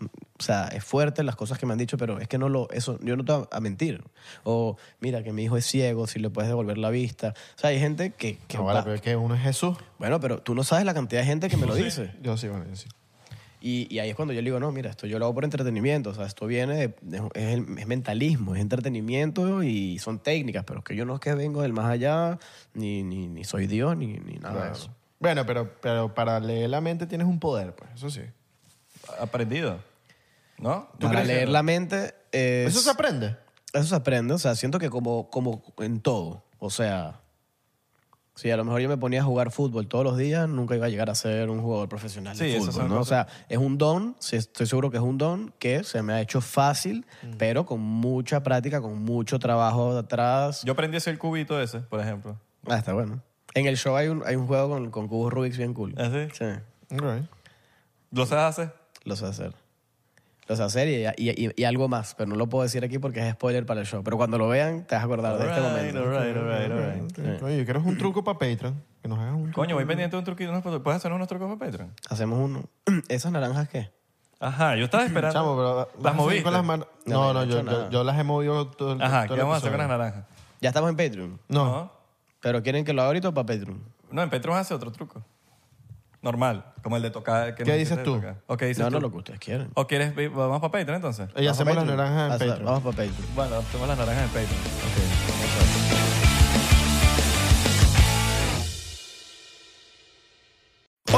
O sea, es fuerte las cosas que me han dicho, pero es que no lo, eso, yo no te voy a mentir. O, mira, que mi hijo es ciego, si le puedes devolver la vista. O sea, hay gente que... que No, vale, va- pero es que uno es Jesús. Bueno, pero tú no sabes la cantidad de gente que me lo dice. Yo sí, bueno, yo sí. Y, y ahí es cuando yo le digo, no, mira, esto yo lo hago por entretenimiento. O sea, esto viene, de- de- es, el- es mentalismo, es entretenimiento y son técnicas, pero es que yo no es que vengo del más allá, ni, ni, ni soy Dios, ni, ni nada de Ah, eso. Bueno, pero, pero para leer la mente tienes un poder, pues, eso sí. aprendido. ¿No? Para leer la mente... es- Eso se aprende. Eso se aprende, o sea, siento que como, como en todo, o sea, si a lo mejor yo me ponía a jugar fútbol todos los días, nunca iba a llegar a ser un jugador profesional Sí, de fútbol, esas son ¿no? O cosas. sea, es un don, sí, estoy seguro que es un don que se me ha hecho fácil, Mm. pero con mucha práctica, con mucho trabajo de atrás. Yo aprendí a hacer el cubito ese, por ejemplo. Ah, está bueno. En el show hay un, hay un juego con, con cubos Rubik's bien cool. ¿Ah, sí? Sí, Alright. ¿Lo sabes hacer? lo sé hacer. Lo sé hacer y, y- y- y algo más, pero no lo puedo decir aquí porque es spoiler para el show. Pero cuando lo vean, te vas a acordar de este Alright, momento. alright, alright, eh, alright. Oye, yo quiero un truco para Patreon. Que nos hagas un truco. Coño, voy pendiente de un truquito. ¿no? ¿Puedes hacer unos trucos para Patreon? Hacemos uno. ¿Esas naranjas qué? Ajá, yo estaba esperando. Chamo, pero ¿vas a ¿Las seguir moviste? con las manos? No, No, no no, he yo, hecho nada. yo, yo las he movido todo el Ajá, ¿qué todo el vamos a hacer con las episodio. naranjas? Ya estamos en Patreon. No. Pero quieren que lo haga ahorita o para Patreon. No, en Patreon hace otro truco. Normal, como el de tocar. que ¿Qué nos dices hiciste de tú? tocar. ¿O qué dices No, tú? no lo que ustedes quieren. ¿O quieres, vi- vamos para Patreon entonces? Ella hacemos las Patreon. naranjas Ah, en o sea, Patreon. Vamos para Patreon. Bueno, hacemos las naranjas en Patreon.